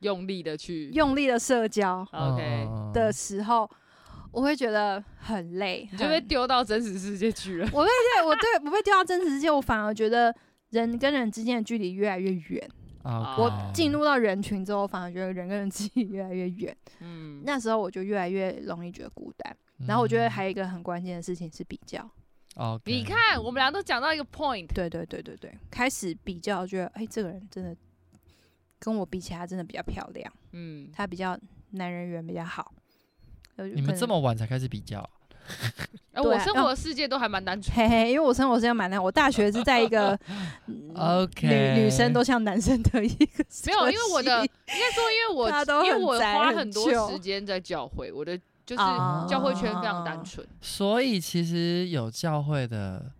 Speaker 3: 用力的去
Speaker 2: 用力的社交
Speaker 1: 嗯
Speaker 3: OK，
Speaker 1: 嗯
Speaker 2: 的时候，我会觉得很累。
Speaker 3: 哦你就被
Speaker 2: 很
Speaker 3: 丢到真实世界去 了。
Speaker 2: 我被对我对我被丢到真实世界，我反而觉得人跟人之间的距离越来越远。
Speaker 1: 啊，
Speaker 3: 我
Speaker 1: 啊
Speaker 2: 进入到人群之后，反而觉得人跟人之间 越来越远。
Speaker 3: 嗯，
Speaker 2: 那时候我就越来越容易觉得孤单。然后我觉得
Speaker 1: 嗯
Speaker 2: 还有一个很关键的事情是比较，
Speaker 1: OK，
Speaker 3: 你看，我们俩都讲到一个 point，
Speaker 2: 对对对对对，开始比较觉得，哎、这个人真的跟我比起来，他真的比较漂亮，
Speaker 3: 嗯，
Speaker 2: 他比较男人缘比较好。
Speaker 1: 你
Speaker 2: 你
Speaker 1: 们这么晚才开始比较，
Speaker 3: 哎，
Speaker 2: 对
Speaker 3: 我
Speaker 2: 啊
Speaker 3: 生
Speaker 2: 要
Speaker 3: 活的世界都还蛮单纯。
Speaker 2: 嘿嘿，因为我生活是间蛮难，我大学是在 一个嗯
Speaker 1: OK
Speaker 2: 女女生都像男生的一个社系，
Speaker 3: 没有，因为 我的应该说，因为我
Speaker 2: 哦大家都
Speaker 3: 因为
Speaker 2: 很
Speaker 3: 我
Speaker 2: 宅
Speaker 3: 花
Speaker 2: 很
Speaker 3: 很多
Speaker 2: 旧
Speaker 3: 时间在教会，我的就是
Speaker 2: 啊
Speaker 3: 教会圈非常单纯。
Speaker 1: 所以其实有教会的，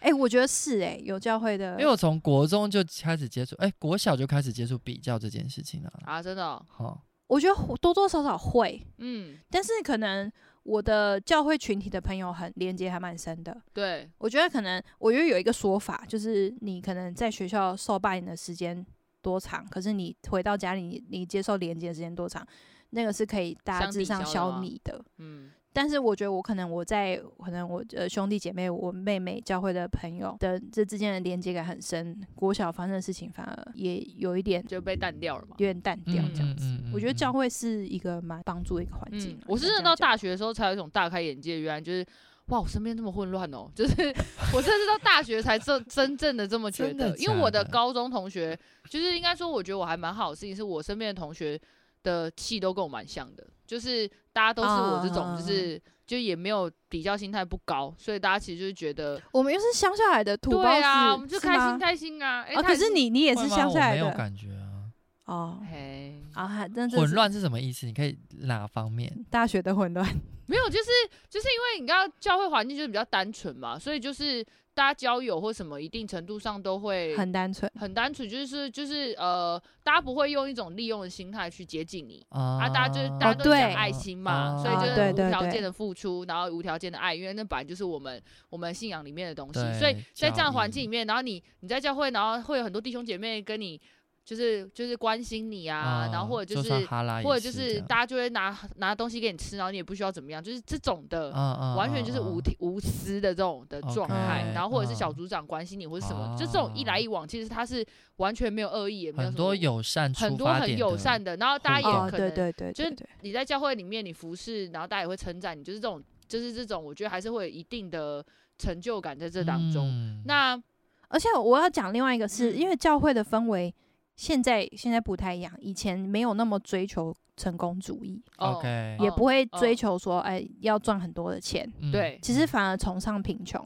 Speaker 2: 哎、我觉得是哎、有教会的，
Speaker 1: 因为我从国中就开始接触，哎，国小就开始接触比较这件事情了，
Speaker 3: 啊，真的哦、
Speaker 1: 好，
Speaker 2: 我觉得多多少少会，
Speaker 3: 嗯，
Speaker 2: 但是可能我的教会群体的朋友很连接还蛮深的，
Speaker 3: 对，
Speaker 2: 我觉得可能，我觉得有一个说法，就是你可能在学校受霸凌的时间多长，可是你回到家里，你你接受连接的时间多长，那个是可以大致上消弭的。
Speaker 3: 嗯，
Speaker 2: 但是我觉得我可能我在可能我呃兄弟姐妹、我妹妹教会的朋友的这之间的连接感很深，国小发生的事情反而也有一点
Speaker 3: 就被淡掉了嘛
Speaker 2: 有。点淡掉
Speaker 1: 嗯
Speaker 2: 这样子。
Speaker 1: 嗯嗯嗯
Speaker 2: 我觉得
Speaker 1: 嗯
Speaker 2: 教会是一个蛮帮助的一个环境啊、
Speaker 3: 嗯，我是
Speaker 2: 应该这
Speaker 3: 真的
Speaker 2: 样
Speaker 3: 到
Speaker 2: 讲
Speaker 3: 大学的时候才有一种大开眼界，原来就是哇，我身边这么混乱哦，就是 我真的是到大学才真真正的这么觉
Speaker 1: 真的
Speaker 3: 得，因为我
Speaker 1: 假
Speaker 3: 的
Speaker 1: 的
Speaker 3: 高中同学，就是应该说，我觉得我还蛮好的事情，是我身边的同学的气都跟我蛮像的，就是大家都是我这种，
Speaker 2: 啊
Speaker 3: 就是。就也没有比较心态不高，所以大家其实就是觉得，
Speaker 2: 我们又是乡下来的土包子，
Speaker 3: 对啊，我们就是开
Speaker 2: 吗
Speaker 3: 心开心啊。哎、
Speaker 2: 啊，
Speaker 3: 他
Speaker 2: 可
Speaker 3: 也
Speaker 2: 是你你也
Speaker 1: 会
Speaker 2: 是
Speaker 1: 吗
Speaker 2: 乡
Speaker 1: 我
Speaker 2: 下来
Speaker 1: 没有
Speaker 2: 的
Speaker 1: 感觉啊，
Speaker 2: 哦
Speaker 3: 嘿，
Speaker 2: 啊，那这
Speaker 1: 混
Speaker 2: 是
Speaker 1: 乱是什么意思？你可以哪方面？
Speaker 2: 大学的混乱，
Speaker 3: 没有，就是就是因为你知道教会环境就是比较单纯嘛，所以就是大家交友或什么，一定程度上都会
Speaker 2: 很单纯。
Speaker 3: 很单纯，就是就是呃，大家不会用一种利用的心态去接近你。
Speaker 1: 啊
Speaker 3: 啊，大家就是
Speaker 1: 哦
Speaker 3: 大家都讲
Speaker 2: 对
Speaker 3: 爱心嘛，
Speaker 1: 哦
Speaker 3: 所以就
Speaker 2: 啊对
Speaker 3: 是
Speaker 2: 对
Speaker 3: 无条
Speaker 2: 对
Speaker 3: 件的付出，然后无条件的爱，因为那本来就是我们我们信仰里面的东西，
Speaker 1: 对
Speaker 3: 所以在
Speaker 1: 教
Speaker 3: 这样的环境
Speaker 1: 义
Speaker 3: 里面，然后你你在教会，然后会有很多弟兄姐妹跟你就是就是关心你啊，然后或者
Speaker 1: 哦就是算哈拉也
Speaker 3: 或者就是是大家就会拿拿东西给你吃，然后你也不需要怎么样，就是这种的。
Speaker 1: 家
Speaker 3: 完全就是无无私的这种的状态
Speaker 2: OK，
Speaker 3: 然后或者是小
Speaker 1: 嗯哦
Speaker 3: 组长关心你或者什么，就这种一来一往，其实他是完全没有恶意，也没有
Speaker 1: 很
Speaker 3: 什
Speaker 1: 多
Speaker 3: 么
Speaker 1: 友善出
Speaker 3: 很多
Speaker 1: 发
Speaker 3: 很
Speaker 1: 点
Speaker 3: 友
Speaker 1: 的
Speaker 3: 善的，然后大家
Speaker 1: 互动
Speaker 2: 哦，
Speaker 3: 也可
Speaker 2: 对
Speaker 3: 能
Speaker 2: 对对，
Speaker 3: 就是
Speaker 2: 对对
Speaker 3: 你在教会里面你服侍，然后大家也会称赞你，就是这种就是这种，我觉得还是会有一定的成就感在这当中。
Speaker 1: 嗯
Speaker 3: 那
Speaker 2: 而且我要讲另外一个是，
Speaker 3: 嗯
Speaker 2: 因为教会的氛围现在现在不太一样，以前没有那么追求成功主义，
Speaker 3: 哦
Speaker 1: OK
Speaker 2: 也
Speaker 3: 哦
Speaker 2: 不会
Speaker 3: 哦
Speaker 2: 追求说哎要赚很多的钱，
Speaker 1: 嗯
Speaker 3: 对
Speaker 2: 其实反而崇尚贫穷，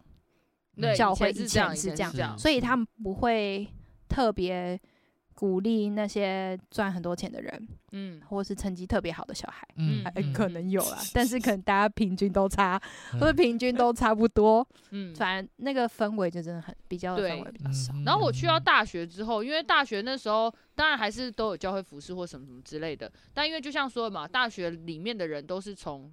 Speaker 3: 对，
Speaker 2: 教
Speaker 3: 以前
Speaker 2: 会
Speaker 3: 是
Speaker 2: 以
Speaker 3: 这样，
Speaker 2: 前
Speaker 3: 以
Speaker 2: 是
Speaker 3: 前
Speaker 2: 这
Speaker 3: 这
Speaker 2: 样
Speaker 3: 样，
Speaker 2: 所以他们不会特别鼓励那些赚很多钱的人，
Speaker 3: 嗯，
Speaker 2: 或是成绩特别好的小孩。
Speaker 1: 嗯
Speaker 2: 哎、
Speaker 1: 嗯
Speaker 2: 可能有 啦，但是可能大家平均都差，
Speaker 1: 嗯
Speaker 2: 或者平均都差不多，
Speaker 3: 嗯。
Speaker 2: 反正那个氛围就真的很比较的氛围
Speaker 3: 对
Speaker 2: 比较少。
Speaker 1: 嗯
Speaker 3: 然后我去到
Speaker 1: 嗯
Speaker 3: 大学之后，因为大学那时候当然还是都有教会服饰或什么什么之类的，但因为就像说的嘛，大学里面的人都是从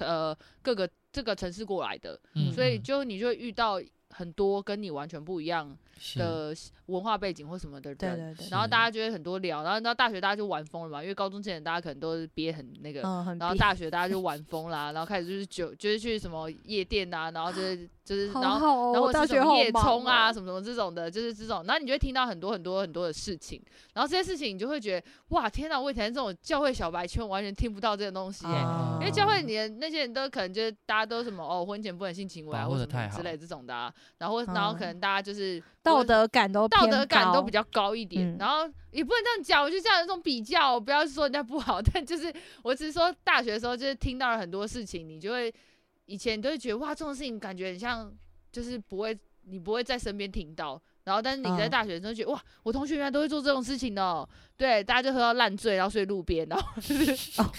Speaker 3: 呃各个这个城市过来的，
Speaker 1: 嗯
Speaker 3: 所以
Speaker 1: 嗯
Speaker 3: 就你就会遇到很多跟你完全不一样
Speaker 1: 是
Speaker 3: 的文化背景或什么的人，
Speaker 2: 对对对，
Speaker 3: 然后大家就会很多聊，然后到大学大家就玩疯了嘛，因为高中之前大家可能都是憋很那个，
Speaker 2: 嗯，很
Speaker 3: 然后
Speaker 2: 逼
Speaker 3: 大学大家就玩疯啦，然后开始就是酒，就是去什么夜店啊，然后就是就是
Speaker 2: 好
Speaker 3: 然后。
Speaker 2: 好哦，
Speaker 3: 然后
Speaker 2: 我
Speaker 3: 或者
Speaker 2: 大
Speaker 3: 是
Speaker 2: 学
Speaker 3: 什
Speaker 2: 好
Speaker 3: 么夜冲啊，
Speaker 2: 忙哦，
Speaker 3: 什么什么这种的，就是这种，然后你就会听到很多很多很多的事情，然后这些事情你就会觉得，哇，天哪！我以前这种教会小白圈完全听不到这种东西、耶。
Speaker 2: 哦
Speaker 1: 啊
Speaker 3: 因为教会你的那些人都可能就是大家都什么哦，婚前不能性行为啊，
Speaker 1: 保
Speaker 3: 或
Speaker 1: 护
Speaker 3: 什
Speaker 1: 得
Speaker 3: 么
Speaker 1: 太
Speaker 3: 什么之
Speaker 1: 好
Speaker 3: 类这种的、啊，然后然后可
Speaker 2: 嗯
Speaker 3: 能大家就是
Speaker 2: 道
Speaker 3: 我
Speaker 2: 德感都
Speaker 3: 道
Speaker 2: 偏
Speaker 3: 德感都
Speaker 2: 高
Speaker 3: 比较高一点，
Speaker 2: 嗯
Speaker 3: 然后也不能这样讲，我就这样一种比较，我不要说人家不好， 但就是我只是说大学的时候就是听到了很多事情，你就会以前你都会觉得哇这种事情感觉很像就是不会你不会在身边听到。然后，但是你在
Speaker 2: 嗯
Speaker 3: 大学的时候觉得、哇，我同学原来都会做这种事情哦，对，大家就喝到烂醉，然后睡路边，然后就是
Speaker 2: 哦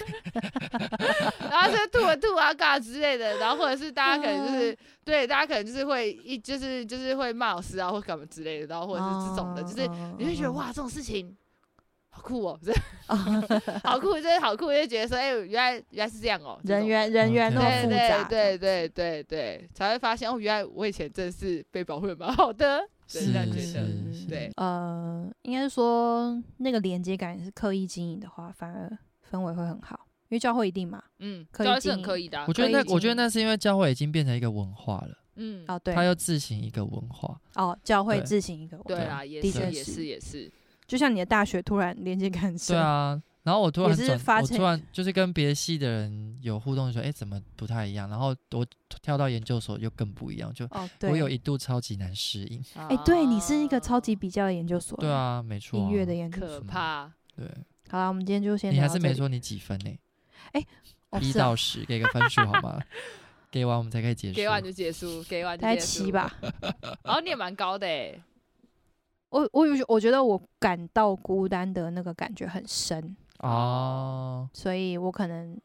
Speaker 3: 然后就吐啊吐啊干嘛之类的，然后或者是大家可能
Speaker 2: 嗯
Speaker 3: 就是、对，大家可能就是会一就是就是会骂老师啊或干嘛之类的，然后或者是这种的，就是
Speaker 2: 嗯
Speaker 3: 你会觉得，哇这种事情好酷哦， 真的好酷，真的好酷，就觉得说哎、原来原来是这样哦，
Speaker 2: 嗯嗯嗯
Speaker 3: 这
Speaker 2: 人
Speaker 3: 种
Speaker 2: 员 人员那
Speaker 1: 那
Speaker 2: 么复
Speaker 3: 对对
Speaker 2: 杂，
Speaker 3: 对对对对，才会发现哦，原来我以前真的是被保护的蛮好的，真的
Speaker 1: 是
Speaker 3: 觉得。
Speaker 1: 是是
Speaker 3: 对
Speaker 2: 呃，应该是说那个连接感是刻意经营的话，反而氛围会很好，因为教会一定嘛，
Speaker 3: 嗯，
Speaker 2: 可以
Speaker 3: 教育是
Speaker 2: 经
Speaker 3: 很
Speaker 2: 营
Speaker 3: 可以的啊、
Speaker 1: 我觉得
Speaker 2: 可以
Speaker 1: 那我觉得
Speaker 2: 进
Speaker 1: 那是因为教会已经变成一个文化了，
Speaker 3: 嗯，
Speaker 1: 它
Speaker 2: 哦对，
Speaker 1: 要自行一个文化。
Speaker 2: 哦教会
Speaker 1: 对
Speaker 2: 自行一个文
Speaker 3: 对啊
Speaker 2: 化，
Speaker 3: 啦，也
Speaker 2: 的
Speaker 3: 是
Speaker 2: 确
Speaker 3: 也
Speaker 2: 是
Speaker 3: 是也是，
Speaker 2: 就像你的大学突然连接感很
Speaker 1: 对
Speaker 2: 深，
Speaker 1: 啊，然后我突然
Speaker 2: 也是
Speaker 1: 转，
Speaker 2: 发
Speaker 1: 我
Speaker 2: 现
Speaker 1: 突然就是跟别的系的人有互动的时候，哎，怎么不太一样？然后我跳到研究所又更不一样，就
Speaker 2: 哦对，
Speaker 1: 我有一度超级难适应。
Speaker 3: 哎
Speaker 2: 哎，对你是一个超级比较的研究所，
Speaker 1: 对，啊，没错啊、
Speaker 2: 音乐的研究所。
Speaker 3: 可
Speaker 1: 什么
Speaker 3: 怕。
Speaker 1: 对，
Speaker 2: 好了，我们今天就先
Speaker 1: 你还
Speaker 2: 聊
Speaker 1: 是
Speaker 2: 到这
Speaker 1: 没
Speaker 2: 里
Speaker 1: 说你几分呢、
Speaker 2: 哦
Speaker 1: 一
Speaker 2: 是啊
Speaker 1: 到十，给个分数好 吗？给完我们才可以结束。
Speaker 3: 给完就结束，给完就
Speaker 2: 大概
Speaker 3: 结束
Speaker 2: 七吧。。
Speaker 3: 然后你也蛮高的哎、
Speaker 2: 我我有我觉得我感到孤单的那个感觉很深，
Speaker 1: 哦，
Speaker 2: 所以我可能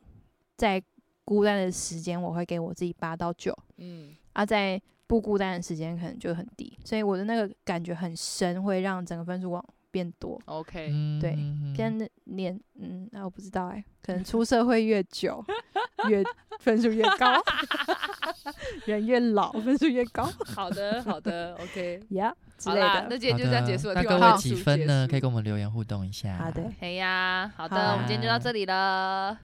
Speaker 2: 在孤单的时间，我会给我自己八到九，
Speaker 3: 嗯，
Speaker 2: 啊，在不孤单的时间可能就很低，所以我的那个感觉很深，会让整个分数往变多。
Speaker 3: OK，
Speaker 1: 嗯
Speaker 2: 对
Speaker 1: 嗯嗯
Speaker 2: 跟年嗯，那、我不知道哎、可能出社会越久，越分数越高， 人越老分数越高
Speaker 3: 好的，好的 ，OK，
Speaker 2: 呀、之
Speaker 3: 好
Speaker 2: 类
Speaker 3: 啦，
Speaker 2: 的
Speaker 3: 那。今天
Speaker 1: 好
Speaker 3: 就这样结束了。
Speaker 1: 那
Speaker 3: 听
Speaker 1: 各
Speaker 3: 完
Speaker 1: 位
Speaker 3: 分
Speaker 1: 几
Speaker 3: 数
Speaker 1: 分
Speaker 3: 结
Speaker 1: 呢？
Speaker 3: 束
Speaker 1: 啊可以跟我们留言互动一下。
Speaker 2: 好的，
Speaker 3: 哎呀，好
Speaker 2: 好
Speaker 3: 的，我们今天就到
Speaker 1: 啊
Speaker 3: 这里了。